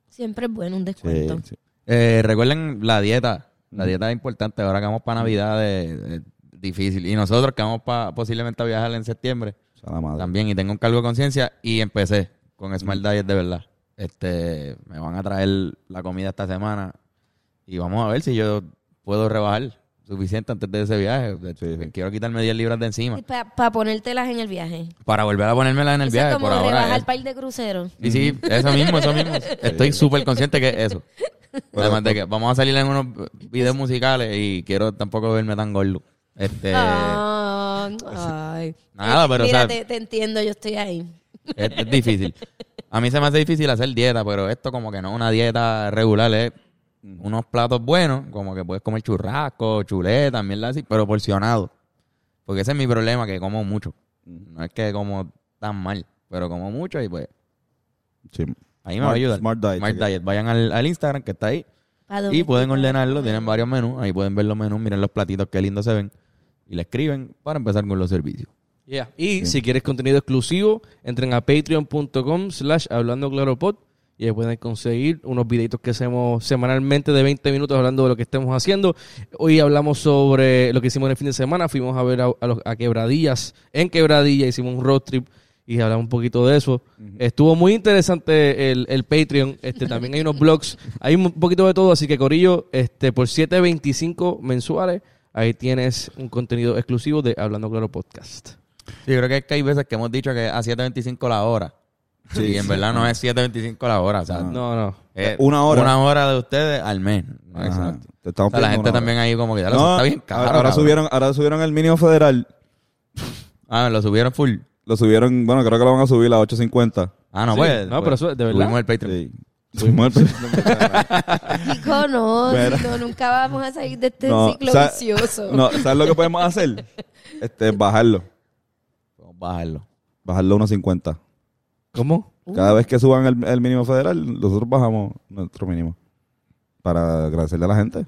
B: Siempre es bueno un
A: Sí,
B: descuento.
A: sí.
C: Eh, recuerden la dieta. La dieta es importante. Ahora que vamos para Navidad es, es difícil. Y nosotros que vamos pa- posiblemente a viajar en septiembre
A: O sea, la madre.
C: también. Y tengo un cargo de conciencia y empecé con Smart Diet de verdad. Este, me van a traer la comida esta semana y vamos a ver si yo puedo rebajar suficiente antes de ese viaje.
A: Sí, sí.
C: Quiero quitarme 10 libras de encima
B: Para ponértelas en el viaje.
C: para volver a ponérmela en el
B: Eso
C: viaje.
B: es como
C: Por ahora
B: rebajar
C: es-
B: para ir de crucero.
C: Y sí, eso mismo, eso mismo. Estoy súper consciente que es eso.
A: Bueno, pues.
C: Además de que vamos a salir en unos videos musicales y quiero tampoco verme tan gordo. Este,
B: Ah, ay.
C: nada, pero, o
B: Mira,
C: sea-
B: te, te entiendo, yo estoy ahí.
C: es, es difícil. A mí se me hace difícil hacer dieta, pero esto como que no es una dieta regular, es unos platos buenos, como que puedes comer churrasco, chuleta, también así, pero porcionado. Porque ese es mi problema, que como mucho. No es que como tan mal, pero como mucho y pues
A: Sí.
C: ahí me va a ayudar.
A: Smart Diet.
C: Smart Diet. Vayan al- al Instagram que está ahí.
B: Pa'
C: Y
B: donde-
C: pueden ordenarlo, tienen varios menús, ahí pueden ver los menús, miren los platitos, qué lindos se ven. Y le escriben para empezar con los servicios.
D: Yeah. Y si quieres contenido exclusivo, entren a patreon.com slash hablando claro pod y ahí pueden conseguir unos videitos que hacemos semanalmente de 20 minutos hablando de lo que estemos haciendo. Hoy hablamos sobre lo que hicimos en el fin de semana, fuimos a ver a, a los- a Quebradillas, en Quebradilla hicimos un road trip y hablamos un poquito de eso. Estuvo muy interesante el, el Patreon, este también hay unos blogs, hay un poquito de todo, así que Corillo, este por 7.25 mensuales, ahí tienes un contenido exclusivo de Hablando Claro Podcast.
C: Sí, yo creo que, es que hay veces que hemos dicho que a 7.25 la hora. Sí, y en verdad no es 7.25 la hora. O sea,
D: No, no.
C: es
A: Una hora.
C: Una hora de ustedes al mes.
A: Ajá.
C: Exacto.
A: Te estamos
C: O sea, la
A: pidiendo
C: gente
A: una hora.
C: también ahí como que ya lo
A: No,
C: está bien caro.
A: ahora,
C: cabrón.
A: subieron, ahora subieron el mínimo federal.
C: Ah, lo subieron full.
A: Lo subieron, bueno, creo que lo van a subir a 8.50.
C: Ah, no,
D: Sí,
C: pues.
D: no,
C: pues,
D: pero eso es de verdad.
C: Subimos el Patreon.
A: Sí. Subimos el precio.
B: Chico, no,
A: Pero-
B: no, nunca vamos a salir de este
A: No,
B: ciclo
A: sa-
B: vicioso.
A: no, ¿Sabes lo que podemos hacer? Este, bajarlo.
C: bajarlo.
A: Bajarlo a 1.50.
D: ¿Cómo?
A: Cada vez que suban el, el mínimo federal, nosotros bajamos nuestro mínimo. Para agradecerle a la gente.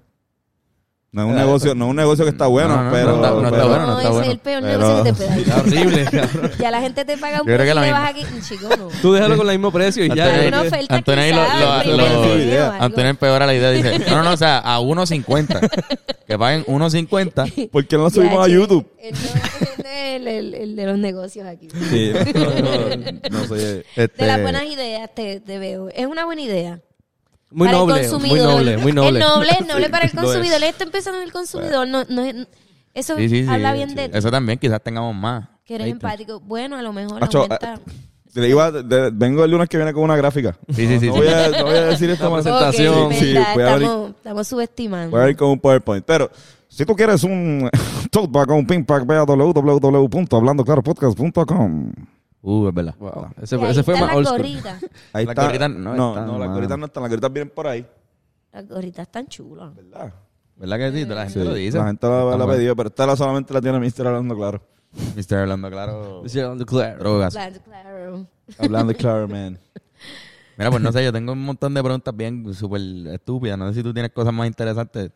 A: No es un
C: Claro,
A: negocio, no es un negocio que está bueno,
C: No, no, no,
A: pero.
C: no está- no está
A: pero-
C: bueno, no está
B: ese
C: bueno.
B: es el peor
A: Pero-
B: negocio que te puede
D: Está
B: dar.
D: horrible, cabrón.
B: Ya la gente te paga un
C: Yo creo
B: precio
C: que
B: y
C: la
B: le
C: misma.
B: vas aquí. Chico, no.
D: Tú déjalo con la misma precio y ya.
C: Antonio-
B: Hay
D: yo
B: una
D: creo que-
B: oferta
C: Antonio ahí
B: quizá,
C: lo- lo-
B: el
A: lo-
B: primer
A: lo-
B: video, algo.
C: Antonio empeora la idea. Dice, no, no, no, o sea, a 1.50. que paguen 1.50.
A: ¿Por qué no lo subimos a
B: Ya,
A: YouTube?
B: che, él no entiende El, el- el de los negocios aquí.
A: Sí, no, no, no soy.
B: De
A: Este,
B: las buenas ideas te, te veo. Es una buena idea.
D: Muy
B: para el
D: noble, muy
B: consumidor.
D: noble, muy noble.
B: Es noble, es noble para el
A: lo es.
B: consumidor. Él está empezando en el consumidor. No, no es- eso
C: Sí, sí, sí.
B: habla bien
C: sí.
B: de
C: Eso también, quizás tengamos más.
B: que eres empático. Bueno, a lo mejor
A: Acho,
C: ah,
B: aumenta.
A: le iba- de- vengo el lunes que viene con una gráfica.
C: Sí, sí, sí.
A: No
C: sí.
A: voy a, no voy a decir esto
D: Una
A: más.
B: Ok,
D: presentación.
B: es
A: Sí,
B: verdad,
A: voy a abrir-
B: estamos, estamos subestimando.
A: Voy a ir con un PowerPoint. Pero si tú quieres un tote bag o un pin pack, ve a www.hablandoclaropodcast.com.
C: Uh, es verdad.
D: Wow,
B: Y
D: ese,
B: ahí
D: fue- ese fue
B: están
D: más old
B: las
D: school.
B: gorritas.
A: Ahí
C: La
A: está.
C: gorrita no
A: no,
C: está,
A: no, las
C: mano.
A: gorritas no están. Las gorritas vienen por ahí.
B: Las gorritas están chulas.
A: ¿Verdad?
C: ¿Verdad que sí? La gente lo dice.
A: La gente la, la
C: Estamos-
A: ha pedido, pero esta la solamente la tiene Mr. Hablando Claro.
C: Mr. Hablando Claro.
D: Ese era on the clear.
C: Drogas.
B: Claro,
C: Eh,
B: claro.
A: Hablando Claro, man.
C: Mira, pues no sé, yo tengo un montón de preguntas bien súper estúpidas. No sé si tú tienes cosas más interesantes.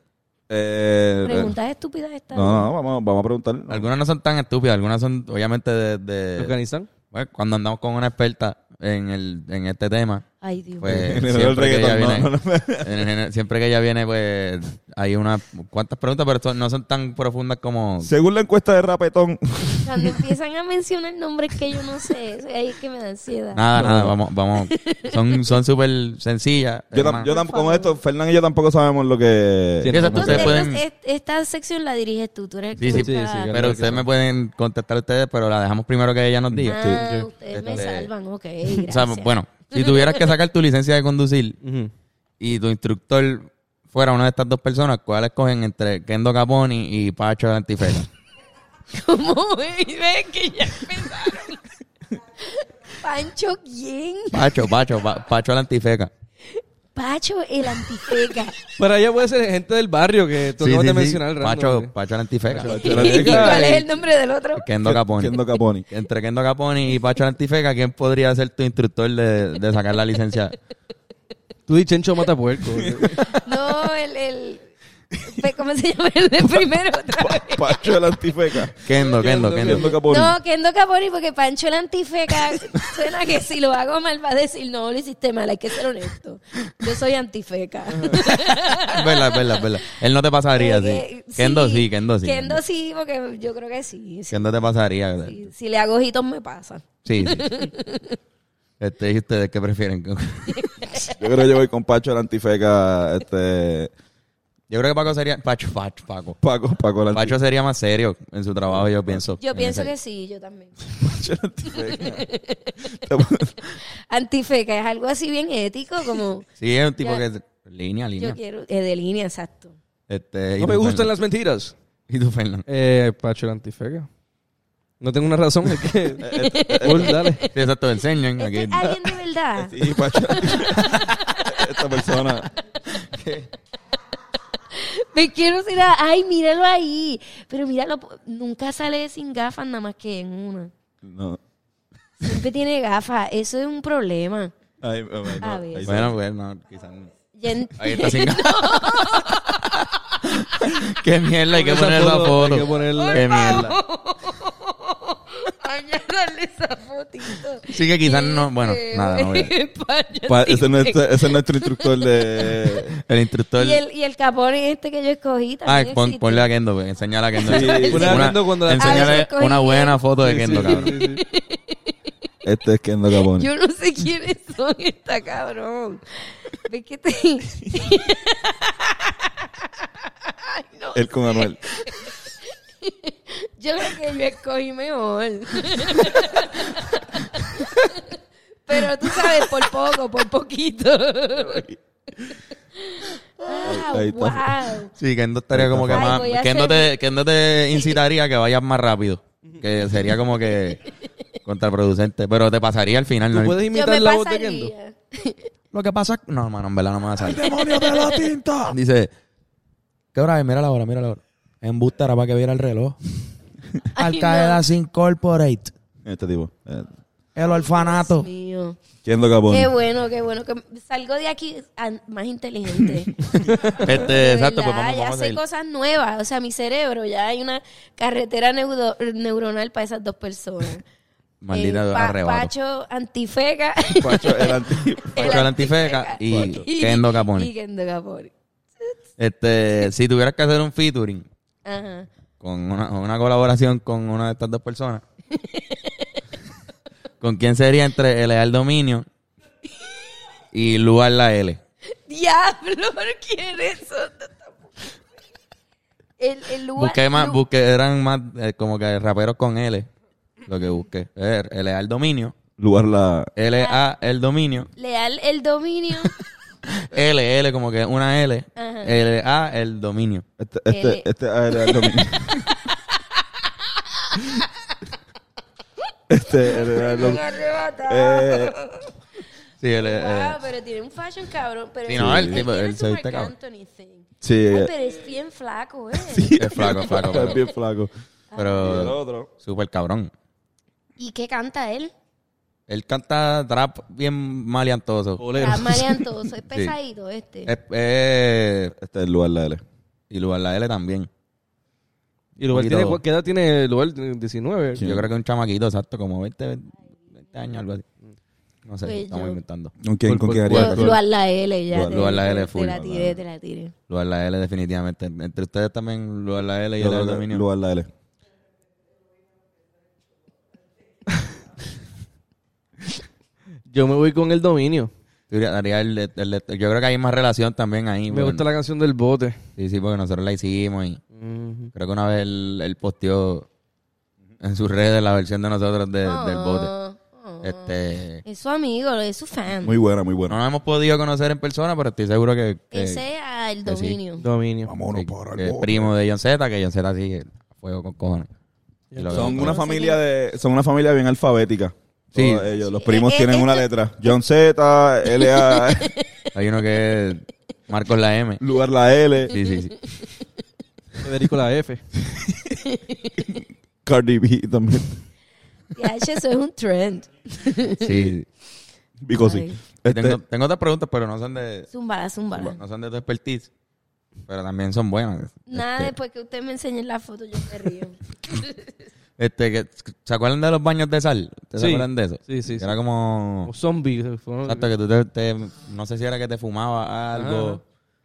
A: Eh,
B: Preguntas estúpidas estas.
A: No, no, no, vamos, vamos a preguntar.
C: Algunas no son tan estúpidas, algunas son obviamente de... de-
D: Afganistán.
C: bueno, cuando andamos con una experta en, el, en este tema,
B: Ay, Dios.
C: pues
A: En el
C: siempre que ella
A: reggaetón,
C: viene...
A: no, no, no.
C: en el género- siempre que ella viene, pues hay unas cuantas preguntas, pero son- no son tan profundas como...
A: Según la encuesta de Rapetón,
B: Cuando empiezan a mencionar nombres que yo no sé, eso- ahí es que me da ansiedad.
C: Nada, nada, vamos, vamos. Son son súper sencillas.
A: yo, tam-
C: hermano.
A: yo tam- como esto, Fernán y yo tampoco sabemos lo que...
D: Sí,
C: Sí, exacto,
B: Tú-
C: ustedes
B: esto-
C: pueden...
B: es- esta sección la diriges tú, tú eres el
C: Sí,
B: que
C: sí,
B: busca-
D: sí, sí,
C: Pero ustedes me pueden contestar ustedes, pero la dejamos primero que ella nos diga.
B: Ah, ustedes me
C: Este-
B: salvan, ok,
C: O sea,
B: gracias.
C: bueno, si tuvieras que sacar tu licencia de conducir
D: Ujú.
C: y tu instructor fuera una de estas dos personas, ¿cuál escogen entre Kendo Caponi y Pacho de Antifela?
B: ¿Cómo? Ven que ya empezaron. Pancho, ¿quién?
C: Pacho, Pacho, Pa- Pacho de Antifeca.
B: Pacho, el antifeca.
D: Pero allá puede ser gente del barrio que tú
C: Sí,
D: acabas
C: sí,
D: de
C: sí.
D: mencionar. random,
C: Pacho,
D: ¿eh?
C: Pacho de Antifeca.
A: Pacho de
B: ¿Y
A: Antifeca.
B: cuál es el nombre del otro?
C: Kendo Caponi.
A: Kendo Caponi.
C: Entre Kendo Caponi y Pacho de Antifeca, ¿quién podría ser tu instructor de, de sacar la licencia?
D: Tú di Chencho mata puerco.
B: No, el, el... Pe- ¿Cómo se llama el de primero? otra vez?
A: Pacho de la Antifeca.
C: Kendo, Kendo,
A: Kendo
C: Kendo.
A: Caponi.
B: No, Kendo Caponi, porque Pancho el antifeca suena que si lo hago mal va a decir, no, lo hiciste mal, hay que ser honesto. Yo soy antifeca.
C: Verdad, verdad, verdad. Él no te pasaría, sí.
B: Porque-
C: Ah, Kendo sí, Kendo sí.
B: Eh, Kendo sí, porque yo creo que sí. sí.
C: Kendo te pasaría.
B: Si, si le hago ojitos me pasa.
C: Sí, sí. Este, ¿Y ustedes qué prefieren? Yo
A: Yo creo que yo voy con Pacho de la Antifeca, este...
C: creo que Paco sería... Pacho, Pacho, Paco.
A: Paco, Paco de la
C: Pacho sería más serio en su trabajo, yo pienso.
B: Yo
C: En
B: pienso
C: ese-
B: que sí, yo también.
A: Antifeca.
B: Antifeca es algo así bien ético, como
C: Sí, es un tipo
B: Ya.
C: que... es- Línea, línea.
B: yo quiero, eh, de línea, exacto.
C: Este, ¿y
D: No
C: tú,
D: me gustan
C: Fernan?
D: las mentiras.
C: ¿Y tú, Fernando?
D: Eh, Pacho el antifega. No tengo una razón. Es que... Bull, dale.
C: Sí, exacto, enseñen
B: Este
C: aquí.
B: es alguien de verdad.
A: Sí, Pacho de la Antifeca. Esta persona...
B: Me quiero decir, ay, míralo ahí. Pero míralo, po- nunca sale sin gafas nada más que en una.
A: No.
B: Siempre tiene gafas, eso es un problema.
A: Ay, ay, ay, no.
B: A ver.
A: Ahí está.
C: Bueno, pues, no, quizás... no.
B: Ya en-
C: Ahí está sin ganas. Qué mierda, hay que
D: Esa
C: poner la
D: foto,
C: foto.
D: hay que ponerla.
C: Qué mierda.
B: Añádale esa fotito. Este,
C: Sí que quizás no, bueno, nada, no voy a-
A: Pa- ese, es nuestro, ese es nuestro instructor de...
C: El instructor.
B: Y el, y el capón este que yo escogí
C: Ah,
B: también
C: pon-
B: existe.
C: ponle a Kendo, pues. Enseñale a Kendo.
A: Sí.
D: Ponle a
C: Una-
D: Kendo cuando la-
B: A
C: enséñale
B: veces cogí
C: una buena foto de Kendo,
D: Sí, sí, sí,
C: cabrón.
D: sí.
A: Este es Kendo Caponi.
B: Yo no sé quiénes son esta cabrón. ¿Ves que te... Ay, no.
A: Él con Anuel.
B: Yo creo que yo escogí mejor. Pero tú sabes, por poco, por poquito. ah,
A: Ahí está.
B: wow.
C: Sí, Kendo estaría como que
B: Ay,
C: más.
B: voy a
C: Kendo,
B: hacer-
C: te, Kendo te incitaría a que vayas más rápido. Que sería como que contraproducente. Pero te pasaría al final.
D: Tú
C: ¿no?
D: puedes
B: Yo
D: imitar
B: me
D: la voz de Kendo.
B: pasaría.
C: Lo que pasa. No, hermano, en verdad no me va a salir. demonio de la tinta! Dice: ¿Qué hora es? Mira la hora, mira la hora. En era para que viera el reloj.
B: Ay, Arcade no.
C: Incorporate.
A: Este tipo. Eh,
E: El
A: Oh.
E: orfanato.
B: Mío.
A: ¿Quién lo capone?
B: Qué bueno, qué bueno. Que salgo de aquí ah, más inteligente.
C: Este,
B: De
C: exacto, pues
B: verdad,
C: vamos,
B: ya
C: vamos a
B: sé
C: seguir.
B: cosas nuevas. O sea, mi cerebro, ya hay una carretera neudo- neuronal para esas dos personas.
C: Maldita
B: El pa-
C: arrebato.
B: Pacho Antifeca
A: Pacho, el anti-
C: Pacho
B: el
C: la Antifeca
A: Pacho.
C: y Kendo
B: y
C: Capone.
B: Kendo Capone.
C: Este, si tuvieras que hacer un featuring
B: Ajá.
C: con una, una colaboración con una de estas dos personas, ¿con quién sería entre el Leal Dominio y Lugar la L?
B: Diablo, pero ¿quién es eso? El, el lugar.
C: Busqué más,
B: lu-
C: busqué, eran más eh, como que raperos con L, lo que busqué. Eh, L al dominio,
A: Lugar la.
C: L A el dominio,
B: Leal el dominio.
C: L L como que una L,
B: Ajá.
C: L A el dominio.
A: Este, este,
B: L.
A: este, ah, era el dominio. este, era el
B: Me
A: dominio.
B: arrebataba.
A: Eh,
C: Sí, L
B: Wow,
C: eh,
B: pero tiene un fashion cabrón. Pero
C: Sí,
B: él-
C: no, el
B: él
C: tipo-
B: tiene
C: él
B: su
C: se viste
B: Marc
C: cabrón.
B: Anthony thing.
A: sí,
B: Ay,
A: eh,
B: pero es bien flaco, eh.
C: es flaco, es flaco,
A: es
C: pero,
A: bien flaco. Y el
C: pero
A: otro.
C: super cabrón.
B: ¿Y qué canta él?
C: Él canta trap bien maleantoso.
D: Bolero.
B: Está maleantoso, es pesadito este.
C: Es- eh,
A: Este es el lugar la L.
C: y lugar la L también.
D: ¿Y lugar
C: poquito-
D: tiene, cu- qué edad tiene el lugar? 19.
C: Yo creo que un chamaquito, exacto, como 20, 20 años, algo así. No sé,
B: Pues
C: estamos
B: yo-
C: inventando.
A: ¿Con quién,
D: Por-
A: con
D: por-
A: quién haría?
B: Lo,
A: canción?
B: lo a la L ya.
A: Lo-
B: te-
C: lo a la L
B: Te
C: full.
B: la tiré, te la tiré.
C: Lugar la L, definitivamente. Entre ustedes también, Lugar la L y el
A: Lugar la-
C: dominio.
A: Lugar la L.
D: Yo me voy con el dominio.
C: Yo diría- daría el- el- el- yo creo que hay más relación también ahí.
D: Me
C: bueno.
D: gusta la canción del bote.
C: Sí, sí, porque nosotros la hicimos y
D: Ujú.
C: creo que una vez él, él posteó en sus redes la versión de nosotros de- del bote.
B: Ah, ah.
C: Este,
B: Es su amigo, es su fan.
A: Muy buena, muy
C: no
A: buena.
C: nos hemos podido conocer en persona, pero estoy seguro que, que,
B: Ese es el
C: que Pues sí.
B: dominio.
D: Dominio.
A: Vámonos
C: que-
A: para
C: que
A: el
C: es
A: bote.
C: primo de John Z, que John Z sigue a fuego con cojones. Y lo-
A: Son una
B: No sé
A: familia de, son una familia bien alfabética.
C: Sí.
A: Todos ellos, los primos tienen
B: Eh, eh,
A: una
B: esto-
A: letra. John Z, L A,
C: Hay uno que es Marcos la M.
A: lugar la L,
C: Sí, sí, sí.
D: Federico la F.
A: Cardi B también.
B: Ya, eso es un trend.
C: sí.
A: Vico sí.
B: Ay.
A: Este,
C: Tengo, tengo otras preguntas, pero no son de,
B: Zúmbala, zúmbala.
C: no son de tu expertise. Pero también son buenas.
B: Nada,
C: Este-
B: después que usted me enseñe la foto, yo me río.
C: Este, que, ¿Se acuerdan de los baños de sal? ¿Ustedes se
D: Sí.
C: acuerdan de eso?
D: Sí, sí,
C: Que
D: sí.
C: Era como...
D: O zombie. se fue-
C: Exacto, que tú te, te- No sé si era que te fumaba algo
D: Ajá.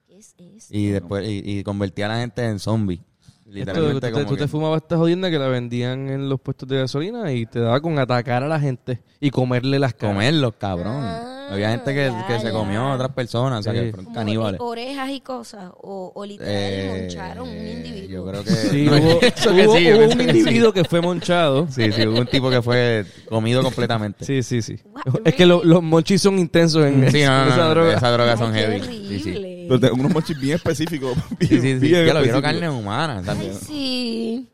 B: ¿Qué es eso?
C: y después... Y, y convertía a la gente en zombie.
D: Esto,
C: Literalmente
D: tú te,
C: como
D: tú te
C: que-
D: fumabas esta jodienda que la vendían en los puestos de gasolina y te daba con atacar a la gente y comerle las caras.
C: Comerlos, cabrón.
B: Ah,
C: Había gente que,
B: ya,
C: que se
B: ya.
C: comió a otras personas, o sea,
D: Sí.
C: que fueron
B: Como
C: caníbales.
B: o- orejas y cosas. O, o literal,
C: Eh,
B: moncharon un individuo.
C: Yo creo que...
D: Sí,
C: No,
D: hubo,
C: eso que
D: hubo-
C: sí, yo
D: hubo
C: pienso
D: un
C: que sí.
D: individuo que fue monchado.
C: Sí, sí, hubo un tipo que fue comido completamente.
D: Sí, sí, sí.
B: What,
D: Es que lo- los monchis son intensos en
C: Sí, no, no, no,
D: esa
C: no,
D: droga.
C: esas drogas
B: Ay,
C: son
B: qué
C: heavy. Sí,
B: horrible.
C: sí.
A: pero tengo unos mochis bien específicos. Bien,
C: Sí, sí, sí.
A: bien
C: Ya lo quiero
A: específicos.
C: carne humana.
B: Ay,
C: también.
B: sí.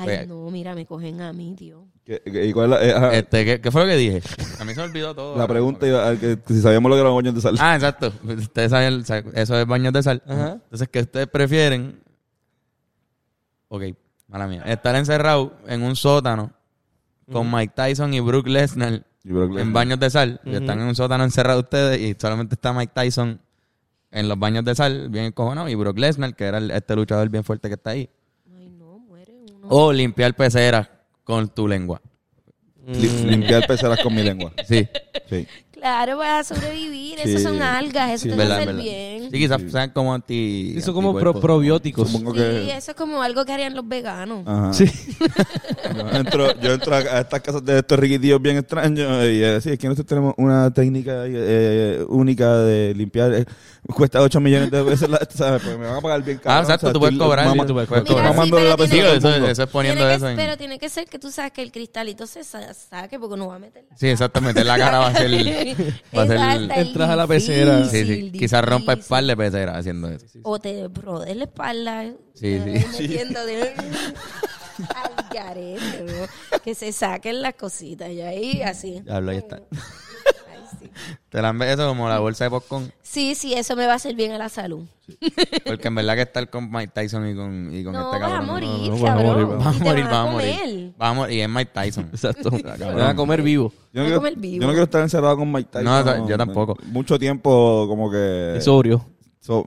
C: Oye.
B: Ay, no, mira, me cogen a mí, tío.
A: ¿Qué- qué- y cuál es la- eh, ajá,
C: Este, ¿qué, qué fue lo que dije? A mí se me olvidó todo.
A: la pregunta iba a- que, que si sabíamos lo que era un baño de sal.
C: Ah, exacto. Ustedes saben, sa- eso es baños de sal.
D: Ajá.
C: Entonces, ¿qué ustedes prefieren? Ok, mala mía. Estar encerrado en un sótano con Mike Tyson y Brooke Lesnar
A: Y Brock Lesnar.
C: en baños de sal. Y Están en un sótano encerrados ustedes y solamente está Mike Tyson en los baños de sal, bien encojonado, y Brock Lesnar, que era el- este luchador bien fuerte que está ahí.
B: Ay, no, muere uno.
C: O limpiar peceras con tu lengua.
D: Mm.
A: Li- Limpiar peceras con mi lengua.
C: mm. Sí.
A: Sí.
B: Claro, vas a sobrevivir. Esas
A: Sí.
B: son algas, eso
A: Sí,
B: te va a
C: ¿Verdad?
B: hacer
C: ¿Verdad?
B: bien.
C: Sí, quizás sean como anti.
D: Sí, son como pro-
C: anticuerpos.
D: probióticos.
A: Supongo
B: Sí,
A: que.
B: eso es como algo que harían los veganos.
A: Ajá.
D: Sí.
A: Yo entro, yo entro a, a estas casas de estos riquitillos bien extraños y eh, sí, es que nosotros tenemos una técnica eh, única de limpiar. eh, cuesta 8 millones de veces, la, ¿sabes? Pues me van a pagar bien caro.
C: Ah, exacto, tú puedes
A: estoy
C: cobrar,
A: mama-
C: tú puedes cobrar.
A: estoy
B: Mira, sí,
A: mamándole
B: pero
A: la
B: tiene-
C: Sí,
A: pecera al
C: Pues eso,
A: mundo.
C: eso es poniendo
B: Tiene que-
C: eso en...
B: Pero tiene que ser que tú sabes que el cristalito se sa- saque porque no va a meter la
C: Sí, exacto, meter la cara va a ser... va a ser-
D: Entras a la pecera.
C: Sí, sí. Quizás rompa el par de pecera haciendo eso.
B: O te brodes la espalda.
C: Sí,
B: te
C: sí.
B: vas metiendo de- Al garete, bro. Que se saquen las cositas y ahí así.
C: Hablo, ahí está.
B: Ay, sí.
C: Te la han eso como la bolsa de popcorn.
B: Sí, sí, eso me va a hacer bien a la salud.
C: Porque en verdad que estar con Mike Tyson y con, y con
B: no,
C: este
B: vas a
C: cabrón.
B: morir,
D: no, no, vas a morir,
B: cabrón.
C: Vamos
B: Y
C: a
B: te
C: morir,
B: van a
C: vamos a
B: comer.
C: morir. Vamos a morir. Y es Mike Tyson.
D: Exacto. Te van a comer vivo.
A: Yo no,
B: Algo
A: quiero,
B: en vivo.
A: yo no quiero estar encerrado con Mike Tyson.
C: No, yo tampoco.
A: Mucho tiempo como
C: Eh,
A: que...
D: Es sobrio.
A: so-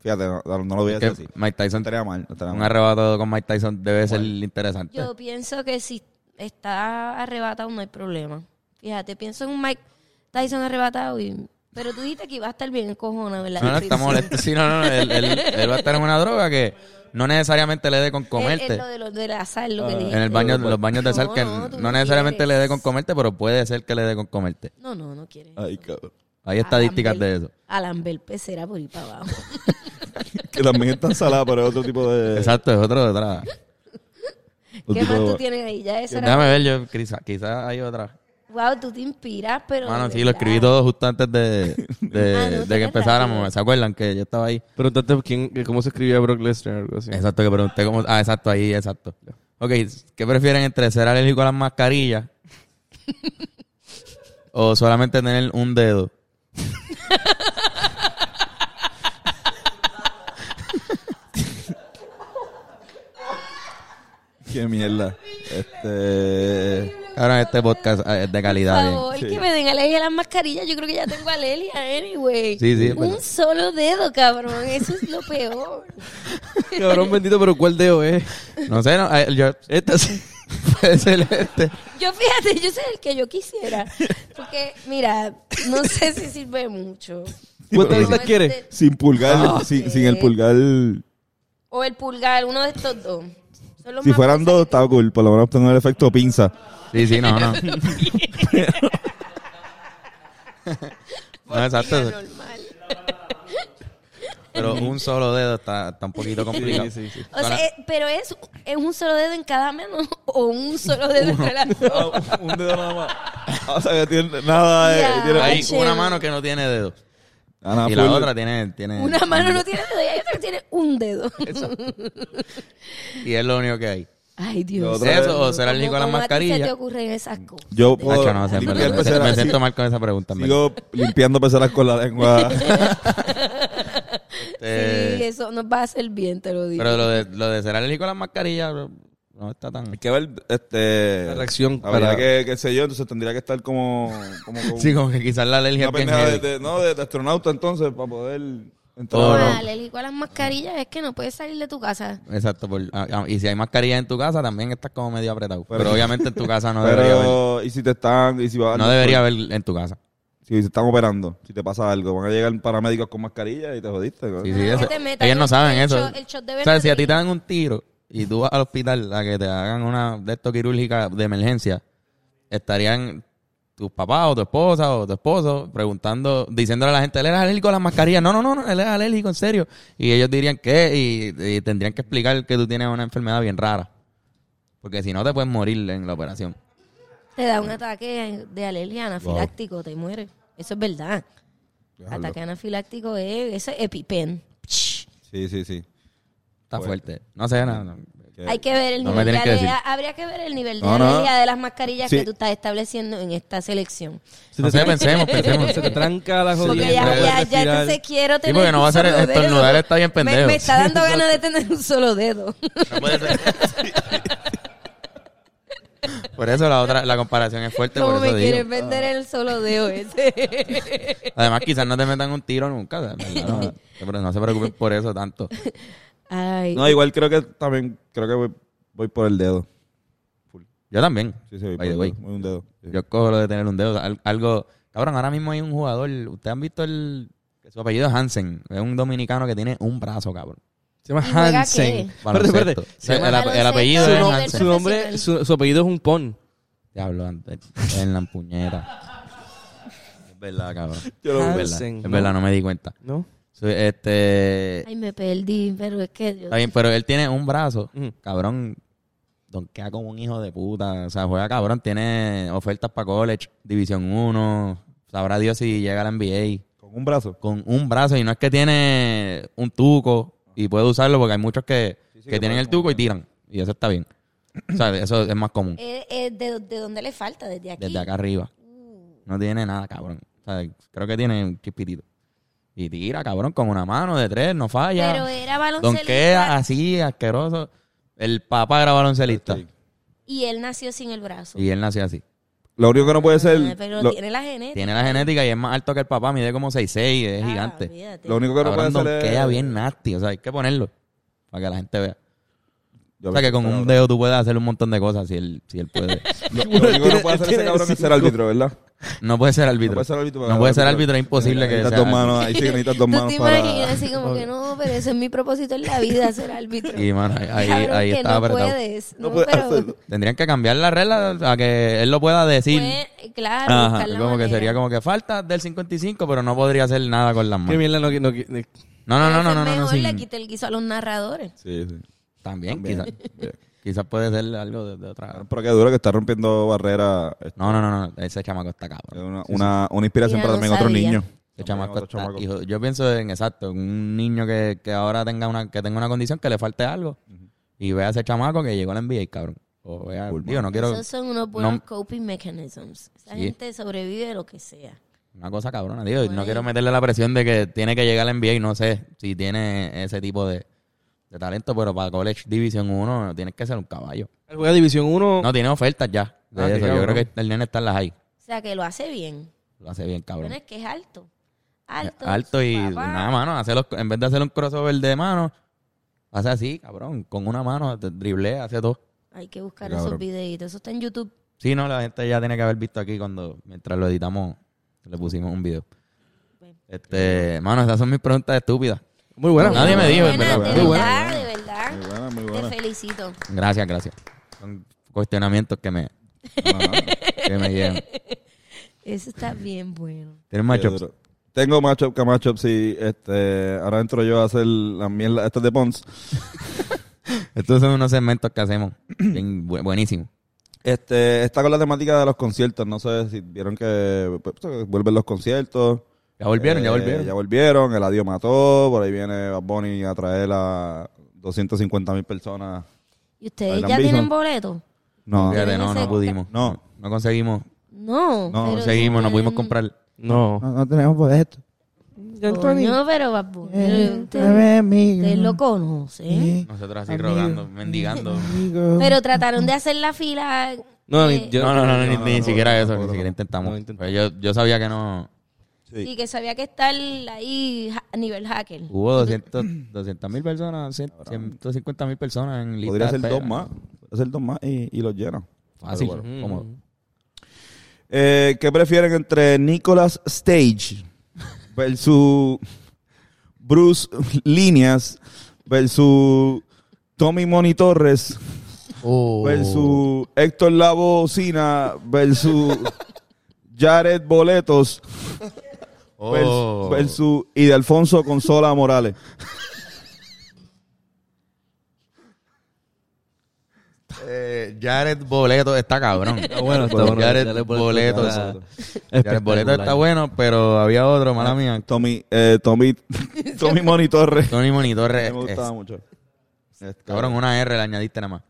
A: fíjate, no, no lo voy a
C: Que
A: hacer así.
C: Mike
A: No
C: Tyson,
A: estaría mal, no estaría
C: un
A: mal.
C: arrebato con Mike Tyson debe ser interesante.
B: Yo pienso que si está arrebatado no hay problema. Fíjate, pienso en un Mike Tyson arrebatado y... Pero tú dijiste que iba a estar bien encojonado, ¿verdad?
C: No, no, está molesto. Sí, no, no, no. Él, él- él va a estar en una droga que no necesariamente le dé con
B: Es,
C: comerte.
B: lo de, lo, de la sal, lo que dijiste.
C: En el baño, los baños de
B: pues, No,
C: sal que
B: no, tú
C: no necesariamente le
B: quieres.
C: dé con comerte, pero puede ser que le dé con comerte.
B: No, no, no quiere.
A: Ay, cabrón.
B: Ah,
C: Hay estadísticas de
B: Alambel-
C: eso.
B: Alambel pecera por ahí para abajo.
A: Que también está ensalada, pero es otro tipo de...
C: Exacto, es otro, otra.
A: otro
B: ¿Qué
A: tipo
B: más
A: de-
B: tú tienes ahí? Ya esa era...
C: Déjame ver, yo quizás quizá hay otra.
B: Wow, tú te inspiras, pero...
C: Mano,
B: de
C: sí, lo escribí
B: verdad.
C: todo justo antes de, de-
B: Ah, no,
C: de
B: tú eres
C: que empezáramos.
B: rápido.
C: ¿Se acuerdan que yo estaba ahí?
D: Preguntaste quién, cómo se escribía Brock Lesnar o algo así.
C: Exacto, que pregunté cómo. Ah, exacto, ahí, exacto. Ok, ¿qué prefieren entre ser alérgico a las mascarillas o solamente tener un dedo?
A: Qué mierda. Este...
C: Ahora este podcast eh, es de calidad.
B: Por
C: bien.
B: favor,
A: Sí.
B: que me den alergia a las mascarillas. Yo creo que ya tengo alergia, anyway.
C: Sí, sí, es
B: Un
C: verdad.
B: solo dedo, cabrón. Eso es lo peor.
D: Cabrón bendito, pero ¿cuál dedo es?
C: No sé, no, eh, yo,
D: Esta sí.
C: puede ser este.
B: Yo fíjate, yo sé el que yo quisiera. Porque, mira, no sé si sirve mucho.
D: ¿Cuántas
A: Sí.
D: listas quieres?
A: Sin pulgar,
B: Ah.
A: sin, sin el pulgar...
B: O el pulgar, uno de estos dos. Son los
A: Si
B: más
A: fueran dos,
B: pesados.
A: estaba cool. Por lo menos tengo el efecto pinza.
C: Sí, sí, no, no. no, exacto.
B: Normal.
C: Pero un solo dedo está, está un poquito complicado.
D: Sí, sí, sí.
B: O sea, eh, pero es, es un solo dedo en cada mano o un solo dedo en
A: Oh,
B: las dos.
C: Ah,
A: un dedo nada más. O sea, que tiene nada de...
B: Ya.
A: tiene-
C: Hay
B: H.
C: una mano que no tiene dedo.
A: Ah, nada,
C: Y la
A: full.
C: otra tiene, tiene.
B: Una mano no tiene dedo y hay otra que tiene un dedo.
C: Y es lo único que hay.
B: Ay, Dios.
A: Otra
C: Eso, o será el
B: ¿Cómo-
C: Nicolás
B: cómo a ti
C: Mascarilla?
B: Se te ocurren esas cosas.
A: Yo puedo...
C: Nacho, no sé, en
A: limpiar
C: verdad.
A: peceras,
C: me
A: sí.
C: siento mal con esa pregunta. en
A: Sigo limpiando peceras con la lengua.
C: verdad.
B: Sí,
C: Eh,
B: eso nos va a hacer bien, te lo digo.
C: pero lo de, lo de ser alérgico a las mascarillas bro, no está tan.
A: Hay que ver este,
D: La reacción
A: Habría
D: para-
A: que, qué sé yo, entonces tendría que estar como. como con
C: Sí, como que quizás la alergia
A: una
C: es bien
A: pendeja de,
C: heavy.
A: de- no, de, de astronauta, entonces, para poder entrar.
C: Oh,
B: Ah,
C: no.
B: alérgico a las mascarillas es que no puedes salir de tu casa.
C: Exacto. por- ah, ah, y si hay mascarilla en tu casa, también estás como medio apretado.
A: Pero-
C: Pero, obviamente en tu casa no debería haber.
A: Pero, ¿y si te están.? ¿Y si va-
C: No debería haber en tu casa.
A: Si te están operando, si te pasa algo, van a llegar paramédicos con mascarilla y te jodiste. ¿no?
C: Sí,
B: Ah,
C: sí, eso-
B: que te metan
C: ellos no
B: el-
C: saben
B: el
C: eso.
B: shot- el shot de
C: o sea, si a
B: Benadryl.
C: ti te dan un tiro y tú vas al hospital a que te hagan una de esto quirúrgica de emergencia, estarían tus papás o tu esposa o tu esposo preguntando, diciéndole a la gente, él era alérgico a las mascarillas. No, no, no, no, él es alérgico, en serio. Y ellos dirían que, y, y tendrían que explicar que tú tienes una enfermedad bien rara. Porque si no, te puedes morir en la operación.
B: Te da un ataque de alergia anafiláctico, te mueres. Eso es verdad. Ataque anafiláctico es, eso es epipen. Psh.
A: Sí, sí, sí.
C: Está fuerte. No sé, no, no.
A: Que-
B: Hay que ver el
C: Eh, No me
B: nivel de
C: tienes que
B: alergia.
C: decir.
B: Habría que ver el nivel de
A: No, no.
B: alergia de las mascarillas
A: Sí.
B: que tú estás estableciendo en esta selección.
D: Se
C: No
D: te
C: sé,
D: tranca-
C: pensemos, pensemos.
D: Se te tranca la
B: Porque
D: jodida.
B: ya,
D: no puedes
B: ya, ya
D: respirar.
B: entonces quiero tener.
C: porque no
B: un
C: va a ser
B: solo dedo.
C: estornudar, está bien
B: Me-
C: pendejo.
B: Me, está dando ganas de tener un solo dedo.
C: No puede ser. Por eso la otra, la comparación es fuerte,
B: Como
C: por
B: me
C: eso digo. Ah.
B: quieres vender el solo dedo ese.
C: Además, quizás no te metan un tiro nunca. o sea, en verdad, no, pero no se preocupen por eso tanto.
B: Ay.
A: No, igual creo que también. Creo que voy, voy por el dedo.
C: Yo también.
A: Sí, sí, voy por
C: by the
A: el
C: way.
A: dedo. Voy un dedo. Sí.
C: Yo cojo lo de tener un dedo. o sea, al- algo. Cabrón, ahora mismo hay un jugador. Ustedes han visto el. que Su apellido es Hansen. Es un dominicano que tiene un brazo, cabrón.
D: Se llama
B: ¿Y juega
D: Hansen.
B: qué?
D: Espérate, espérate.
C: Baloncesto.
D: Se
C: O sea,
D: llama-
C: el, ap- el apellido
B: Baloncesto
C: es
B: a nivel
C: Hansen.
D: Su nombre, su, su apellido es un pon.
C: Diablo, antes. En la puñeta. Es verdad, cabrón.
A: Yo lo-
C: Es verdad.
D: Hansen,
C: Es verdad, no me di cuenta.
D: ¿No?
C: So, Este.
B: Ay, me perdí, pero es que yo-
C: Está bien, pero él tiene un brazo,
D: Ujú.
C: cabrón, donkea como un hijo de puta. O sea, juega cabrón, tiene ofertas para college, División 1, sabrá Dios si llega a la NBA.
A: Con un brazo.
C: Con un brazo, y no es que tiene un tuco y puede usarlo, porque hay muchos que,
A: sí,
C: que
A: que
C: tienen
A: puede
C: el tuco y tiran. Y eso está bien. O sea, eso es más común.
B: Eh, eh, de, de dónde le falta? Desde aquí.
C: Desde acá arriba. No tiene nada, cabrón. O sea, creo que tiene un chispitito. Y tira, cabrón, con una mano de tres, no falla.
B: Pero eh, era
C: Donquea
B: baloncelista
C: así, asqueroso. El papá era baloncelista.
B: y él nació sin el brazo.
C: Y él nació así.
A: Lo único que no puede ser.
B: Ah, Pero
A: lo-
B: tiene la genética.
C: Tiene la genética y es más alto que el papá, mide como 6'6, es
B: Ah,
C: gigante.
B: olvídate.
A: Lo único que no
C: Cabrón,
A: puede ser
C: donquea
A: es.
C: bien nasty, o sea, hay que ponerlo para que la gente vea.
A: Yo
C: o sea, que
A: pienso
C: con un
A: cabrón.
C: dedo tú puedes hacer un montón de cosas si él, si él puede.
A: Lo, lo único que no puede hacer ese
D: Tiene
A: cabrón es ser
D: cinco.
A: árbitro, ¿verdad?
C: No puede ser
A: No
C: árbitro.
A: puede ser árbitro.
C: No puede ser árbitro, es imposible que
A: Necesitas
C: sea.
A: dos manos, ahí sí que necesitas dos
B: ¿Tú
A: manos
B: te imaginas
A: para.
B: así como que no? Pero eso es mi propósito en la vida, ser árbitro.
C: Y, mano, ahí, ahí,
B: Cabrón,
C: ahí
B: que
C: estaba
B: no
C: apretado.
B: puedes. No,
A: No puedes
B: pero
A: hacerlo.
C: Tendrían que cambiar la regla a que él lo pueda decir.
B: fue- claro,
C: Ajá,
B: buscar la
C: como que
B: manera.
C: sería como que falta del 55, pero no podría hacer nada con las
D: Qué
C: manos.
D: mierda no, qui- no qui- de-
C: No, no, no, no,
B: Pero
C: no,
B: es
C: no,
B: mejor
C: sin-
B: le quite el guiso a los narradores.
A: Sí, sí.
C: También,
A: También.
C: quizás. Quizás puede ser algo de, de otra.
A: Pero qué duro que está rompiendo barreras. Es
C: No, no, no, no, ese chamaco está cabrón.
A: Una, una, una inspiración
B: Mira,
A: para
B: no
A: también otros
B: sabía.
A: niños.
C: Ese chamaco
A: otro
C: está,
A: chamaco.
C: hijo- yo pienso en exacto, en un niño que, que ahora tenga una que tenga una condición que le falte algo y vea a ese chamaco que llegó a la NBA, cabrón. O vea,
A: Cool,
C: digo, no quiero
B: Esos son unos buenos coping mechanisms. Esa
C: Sí.
B: gente sobrevive lo que sea.
C: Una cosa cabrona, tío.
B: Bueno.
C: No quiero meterle la presión de que tiene que llegar a la NBA y no sé si tiene ese tipo de, de talento, pero para College Division 1 tienes que ser un caballo.
D: Él juega División 1.
C: No, tiene ofertas ya. de
D: Ah, qué
C: eso. Yo
D: cabrón.
C: creo que el nene está en las high.
B: O sea, que lo hace bien.
C: Lo hace bien,
B: Bueno,
C: cabrón.
B: es que es alto. Alto.
C: Eh, Alto y
B: su papá.
C: nada, mano. Hace los- en vez de hacer un crossover de mano, hace así, cabrón. Con una mano, te driblea, hace todo.
B: Hay que buscar
A: Cabrón.
B: esos videitos. Eso está en YouTube.
C: Sí, no, la gente ya tiene que haber visto aquí cuando, mientras lo editamos, le pusimos un video.
B: Bueno.
C: Este, mano, esas son mis preguntas estúpidas.
D: Muy buena.
C: Nadie me dijo, en
B: Buena,
C: verdad.
B: De
C: Muy
A: buena,
B: verdad,
A: muy
B: de verdad.
A: Muy buena, muy buena.
B: Te felicito.
C: Gracias, gracias. Son cuestionamientos que me,
A: No, no, qué
C: que me llegan.
B: Eso está bien bueno.
C: Tienes matchups.
A: duro. Tengo matchup que matchup, sí. Este, ahora entro yo a hacer las mierdas estas de Pons.
C: Estos son unos segmentos que hacemos. Bien, bu- buenísimo.
A: Este, está con la temática de los conciertos. No sé si vieron que pues, que vuelven los conciertos.
C: Ya volvieron, ya
A: Eh,
C: volvieron.
A: Ya volvieron. El adiós mató. Por ahí viene Bad Bunny a traer a 250 mil personas.
B: ¿Y
C: Pues,
B: ustedes
A: Bailan
B: ya
A: bison.
B: tienen boleto?
A: No,
C: Fíjate,
B: Tienen
C: no,
B: ese-
C: no pudimos.
A: No.
C: No conseguimos.
B: No.
A: No,
C: No
B: pero
C: conseguimos, no
B: tienen-
C: pudimos comprar.
D: No.
A: no, tenemos boleto.
B: Coño, pero va Eh, Ustedes ustedes lo conocen.
C: Nosotros así rodando, mendigando.
B: Pero trataron de hacer la fila.
D: No,
B: eh,
D: ni, yo-
C: No, no, no, ni, ni
A: no,
C: siquiera
A: no,
C: eso,
A: no,
C: ni
A: no,
C: siquiera
A: no,
C: intentamos.
D: no intentamos.
C: Pero yo, yo sabía que no.
A: Sí.
B: Y que sabía que estar ahí ja- a nivel hacker.
C: Hubo 200 mil personas, 100 150 mil personas en lista.
A: Podría
C: de
A: ser
C: espera.
A: dos más. Podría ser dos más y, y los llena.
C: Fácil,
A: Pero bueno.
D: Mm.
C: cómodo.
A: Eh, ¿Qué prefieren entre Nicolas Stage versus Bruce Líneas versus Tommy Moni Torres Oh.
C: Oh.
A: versus Héctor Lavo Sina versus Jared Boletos
C: Oh.
A: versus, versus Ildefonso Consola Morales?
C: Eh, Jared Boleto está cabrón.
D: Está bueno, está bueno.
C: Jared
D: Dale
C: Boleto.
D: está-
C: Jared Boleto está bueno, pero había otro, mala mía.
A: Tommy, eh, Tommy, Tommy Moni Torres.
C: Tony Monitorre.
A: Me gustaba mucho. Este-
C: Cabrón, una R le añadiste nada más.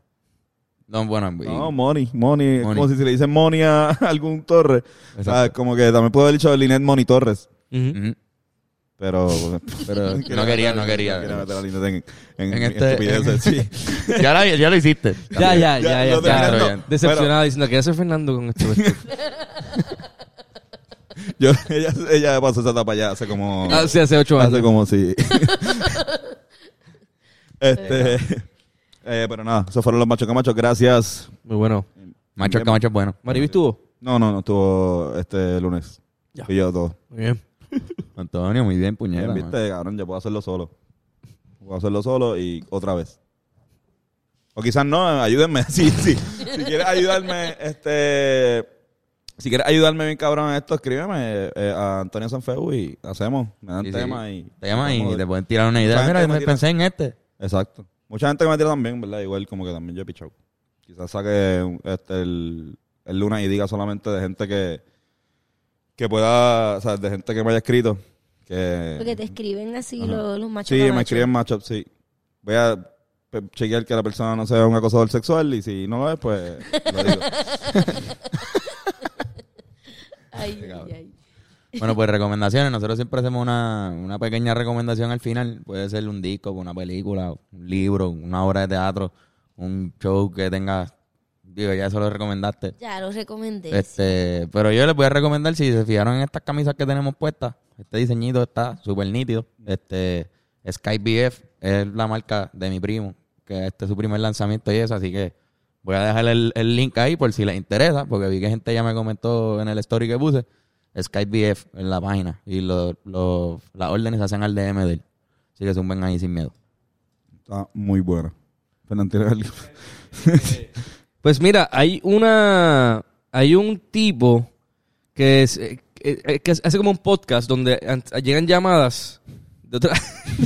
C: No, bueno, y-
A: No, money, money. Es
C: Money.
A: como si se le dice money a algún Torres. O sea,
C: Exacto.
A: como que también puedo haber dicho Linet Money Torres.
D: Ujú.
C: Ujú.
A: Pero, pero
C: no quería, no quería.
A: Quería meter a Linet en, en,
C: En este-
A: estupideces, sí.
C: ya, la- ya lo hiciste.
D: Ya, ya, ya,
A: Ya,
D: ya.
A: no,
D: ya,
C: no,
D: ya.
C: no.
D: Decepcionada diciendo, ¿qué hace Fernando con esto?
A: Yo, ella, ella pasó esa etapa ya hace como...
C: Ah,
D: Hace, hace ocho
A: hace
D: años.
A: como si... este... eh, pero nada, esos fueron los machos camachos. Gracias.
D: Muy bueno.
C: Macho que macho es bueno.
D: Mariby estuvo.
A: No, no, no estuvo este lunes.
D: Ya.
A: Y yo todo.
D: Muy bien.
C: Antonio, muy bien, puñera.
A: Bien,
C: man.
A: viste, cabrón, yo puedo hacerlo solo. Puedo hacerlo solo y otra vez. O quizás no, ayúdenme. Sí, sí. Si quieres ayudarme, este. Si quieres ayudarme bien cabrón en esto, escríbeme eh, a Antonio Sanfeu y hacemos. Me dan
C: Sí, sí.
A: tema y.
C: Te llaman y
A: Vamos a
C: te
A: ver.
C: pueden tirar una idea.
A: Mucha
C: Mira,
A: gente
C: yo
A: me
C: me
A: tira-
C: pensé en este.
A: Exacto. Mucha gente que me tira también, ¿verdad? Igual como que también yo he pichado. Quizás saque un- este, el, el lunes y diga solamente de gente que. que pueda. O sea, de gente que me haya escrito. Que,
B: Porque
C: eh,
B: te escriben así
A: Ajá.
B: los, los machos.
A: Sí,
B: cabachos.
A: me escriben matchup, sí. Voy a pe- chequear que la persona no sea un acosador sexual y si no lo es, pues lo digo.
B: Ay, ay, ay.
C: Bueno, pues recomendaciones. Nosotros siempre hacemos una, una pequeña recomendación al final. Puede ser un disco, una película, un libro, una obra de teatro, un show que tenga. Digo, ya eso lo recomendaste.
B: Ya lo recomendé.
C: Este, pero yo les voy a recomendar, si se fijaron en estas camisas que tenemos puestas, este diseñito está súper nítido. Este, Sky BF es la marca de mi primo, que este es su primer lanzamiento y eso, así que voy a dejar el, el link ahí por si les interesa, porque vi que gente ya me comentó en el story que puse, Sky BF en la página, y lo- lo- las órdenes se hacen al DM de él. Así que zumben ahí sin miedo.
A: Está muy buena. Fernan, ¿tienes algo?
D: Pues mira, hay una. Hay un tipo que, es, eh, eh, eh, que hace como un podcast donde an- llegan llamadas de otra.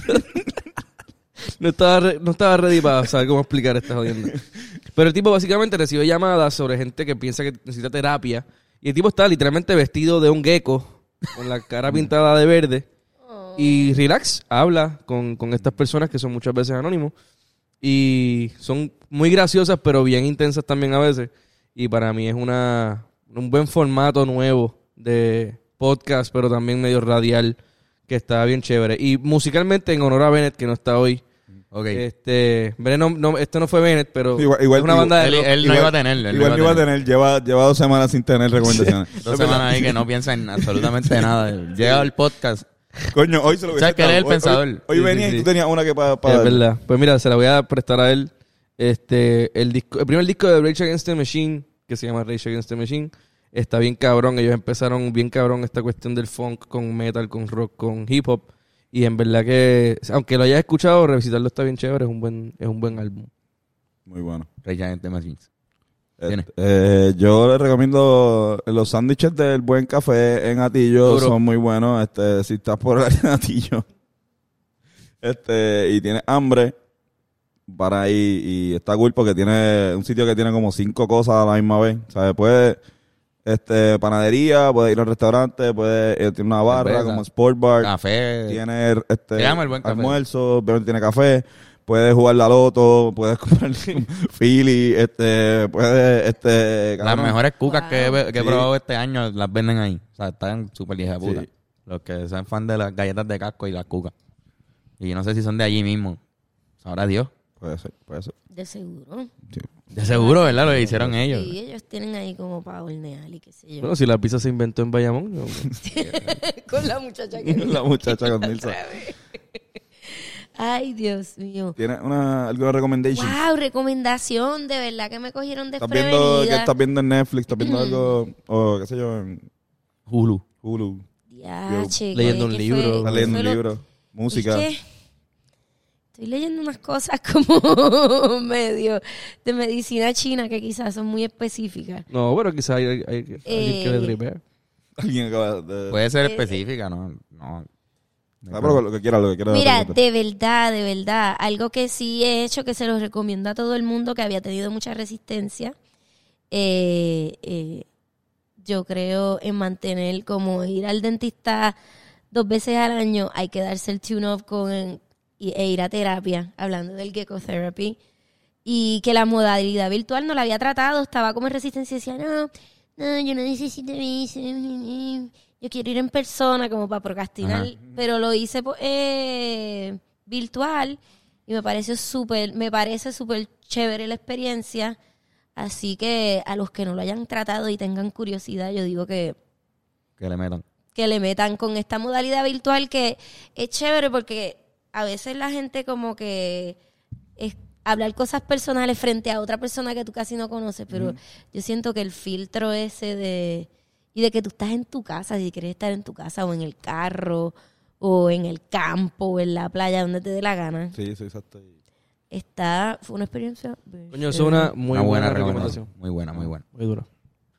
D: no, estaba re- no estaba ready para saber cómo explicar esta jodienda. Pero el tipo básicamente recibe llamadas sobre gente que piensa que necesita terapia. Y el tipo está literalmente vestido de un gecko, con la cara pintada de verde. Y relax, habla con, con estas personas que son muchas veces anónimos. Y son muy graciosas, pero bien intensas también a veces. Y para mí es una, un buen formato nuevo de podcast, pero también medio radial, que está bien chévere. Y musicalmente, en honor a Bennett, que no está hoy.
C: Ok.
D: Este, Bennett no, no- esto no fue Bennett, pero
A: Igual- igual-
D: es una
A: igual-
D: banda de
C: él
D: rock.
C: él no
A: Igual-
C: iba a tener. él
A: Igual no iba a tener, lleva, lleva dos semanas sin tener recomendaciones.
C: Dos semanas ahí que no piensa en absolutamente nada. Llega el podcast.
A: Coño, hoy se lo hubiese
C: ¿Sabes que él es el
A: dado. Hoy-
C: pensador?
A: Hoy, hoy
D: Sí, sí,
A: venía y
D: sí.
A: tú tenías una que para.
D: Es verdad. Pues mira, se la voy a prestar a él. Este, el, disco, el primer disco de Rage Against the Machine, que se llama Rage Against the Machine, está bien cabrón. Ellos empezaron bien cabrón esta cuestión del funk con metal, con rock, con hip hop. Y en verdad que, aunque lo hayas escuchado, revisitarlo está bien chévere. Es un buen, es un buen álbum.
A: Muy bueno.
C: Rage Against the Machine.
A: Eh,
C: Tiene.
A: eh, yo les recomiendo los sándwiches del Buen Café en Atillo.
D: Duro.
A: Son muy buenos. Este, si estás por el área de Atillo este, y tienes hambre, para ahí. Y está cool porque tiene un sitio que tiene como cinco cosas a la misma vez. O sea, puedes este, panadería, puedes ir al restaurante, puedes, eh, tiene una barra
C: Cerveza.
A: como Sport Bar.
C: Ah, Café.
A: tiene este
C: Se Eh, llama el buen café.
A: almuerzo, obviamente tiene café, puedes jugar la loto, puedes comprar Philly, este, puedes, este,
C: Las
A: cabrón,
C: mejores cucas que, he- que he
A: Sí.
C: probado este año las venden ahí. O sea, están súper hijas de puta.
A: Sí.
C: Los que sean fan de las galletas de casco y las cucas. Y yo no sé si son de allí mismo. Sabrá Dios.
A: Puede ser, puede ser.
B: De seguro.
A: sí.
C: De seguro, ¿verdad? Lo hicieron ellos.
B: Sí, ellos tienen ahí como para hornear y qué sé yo.
D: Bueno, si la pizza se inventó en Bayamón, yo-
B: Con la muchacha que...
A: La muchacha con Nilsa.
B: Ay, Dios mío.
A: ¿Tienes una, alguna recommendation?
B: Wow, recomendación. De verdad que me cogieron
A: ¿Estás viendo, ¿Qué
B: desprevenida.
A: estás viendo en Netflix? ¿Estás viendo algo, o qué sé yo, en
C: Hulu.
A: Hulu?
B: Diache,
D: Leyendo
B: ¿qué- qué
D: un libro.
B: fue?
A: ¿Estás leyendo un
B: Solo-
A: libro? ¿Música?
B: Es que estoy leyendo unas cosas como medio de medicina china que quizás son muy específicas.
D: No, pero quizás hay, hay- hay alguien que le
B: Eh.
D: tripea.
A: Alguien acaba de...
C: Puede ser específica, ¿no? No.
A: Ah, pero lo que quiera, lo que quiera.
B: Mira,
A: pregunta.
B: de verdad, de verdad, algo que sí he hecho que se los recomiendo a todo el mundo que había tenido mucha resistencia, eh, eh, yo creo en mantener como ir al dentista dos veces al año, hay que darse el tune-up con, y- e ir a terapia, hablando del gecko therapy, y que la modalidad virtual no la había tratado, estaba como en resistencia y decía, no, no, yo no necesito eso, yo quiero ir en persona como para procrastinar,
C: Ajá.
B: pero lo hice po- eh, virtual y me pareció súper, me parece súper chévere la experiencia, así que a los que no lo hayan tratado y tengan curiosidad, yo digo que
C: Que le metan.
B: que le metan con esta modalidad virtual que es chévere porque a veces la gente como que es hablar cosas personales frente a otra persona que tú casi no conoces, pero yo siento que el filtro ese de y de que tú estás en tu casa, si quieres estar en tu casa o en el carro o en el campo o en la playa donde te dé la gana,
A: Sí, sí, exacto. Y-
B: está fue una experiencia.
D: Coño, eso es
B: eh,
D: una muy
C: Una
D: buena, recomendación.
C: Muy buena, muy buena.
D: Muy dura.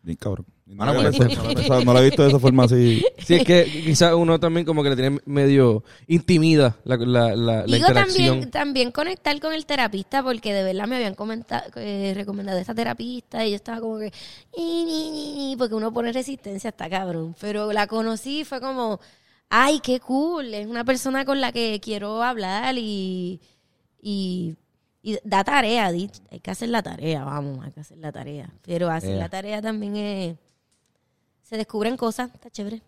A: Bien cabrón. No,
C: Bueno,
A: lo
C: pues-
A: había pensado, no lo había pensado, no lo he visto de esa forma así.
D: Sí, es que quizás uno también como que le tiene medio intimida la, la, la, la
B: Digo
D: interacción.
B: también, también conectar con el terapista, porque de verdad me habían comentado, eh, recomendado esta terapista y yo estaba como que, "Ni, ni, ni, ni", porque uno pone resistencia, está cabrón. Pero la conocí y fue como, ay, qué cool, es una persona con la que quiero hablar y, y, y da tarea, di- hay que hacer la tarea, vamos, hay que hacer la tarea.
D: Eh.
B: Pero hacer
C: Ea.
B: la tarea también es, se descubren cosas, está chévere.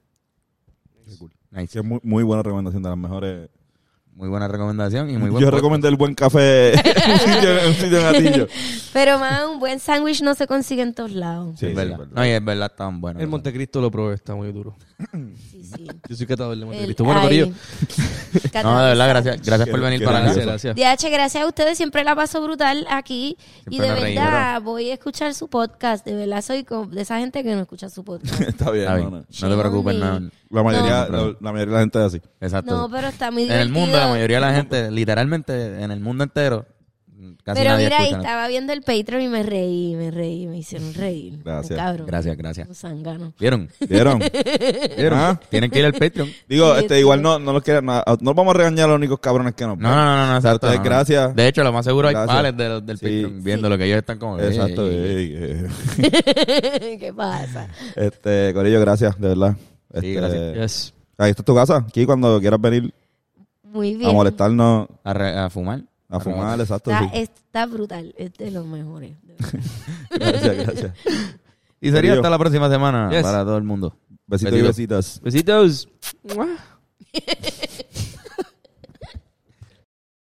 C: Nice.
A: Que es muy, muy buena recomendación de las mejores.
C: Muy buena recomendación y muy buen
A: Yo
C: podcast.
A: recomendé el buen café en un sitio, en un sitio en Atillo.
B: Pero más, un buen sándwich no se consigue en todos lados.
A: Sí,
C: es
A: sí,
C: verdad.
A: verdad.
C: No, y es verdad, tan bueno.
D: El Montecristo lo probé, está muy duro.
B: Sí, sí.
D: Yo soy catador de
B: El-
D: Montecristo. Bueno,
B: ay.
D: Corillo,
C: No, de verdad, gracias, gracias por
A: Que-
C: venir
A: que
C: para
D: gracias,
C: acá.
D: gracias.
B: DH, gracias a ustedes, siempre la paso brutal aquí.
C: Siempre
B: y de
C: me reí,
B: verdad, voy a escuchar su podcast. De verdad, soy co- de esa gente que no escucha su podcast.
A: Está bien,
C: Está bien,
A: no, no.
C: No te preocupes,
B: Shimmy.
C: no.
A: La mayoría,
C: No.
A: la, la mayoría de la gente es así.
C: Exacto.
B: No, pero está muy
C: en
B: divertido.
C: el mundo, la mayoría de la gente, literalmente en el mundo entero, casi
B: Pero
C: nadie
B: mira,
C: escucha. nada.
B: estaba viendo el Patreon y me reí, me reí, me hicieron reír.
A: Gracias.
B: Un Cabrón.
C: Gracias, gracias.
B: Un zángano.
C: ¿Vieron?
A: ¿Vieron?
C: ¿Vieron?
A: Ah.
C: Tienen que ir al Patreon.
A: Digo,
B: Sí,
A: este,
B: sí.
A: igual no, no los quieran, no, no vamos a regañar a los únicos cabrones que nos
C: No,
A: ven.
C: no, no, no, no, exacto.
A: Entonces,
C: no, no.
A: gracias.
C: De hecho, lo más seguro hay
A: Gracias.
C: pales de los del
A: Sí.
C: Patreon viendo lo que ellos están como.
A: Exacto.
C: "Ey".
A: ey, ey.
B: ¿Qué pasa?
A: Este, Corillo, gracias, de verdad. Este,
C: gracias.
D: Yes.
A: Ahí está tu casa. Aquí cuando quieras venir
B: Muy bien.
A: a molestarnos,
C: A, re- a fumar.
A: a fumar, exacto.
B: Está,
A: sí.
B: está brutal, es de los mejores. de verdad. este-
A: Gracias, gracias.
C: Y sería
A: Corillo.
C: hasta la próxima semana
D: Yes.
C: para todo el mundo.
A: Besitos y
C: Besito.
A: besitas.
D: Besitos. Mua.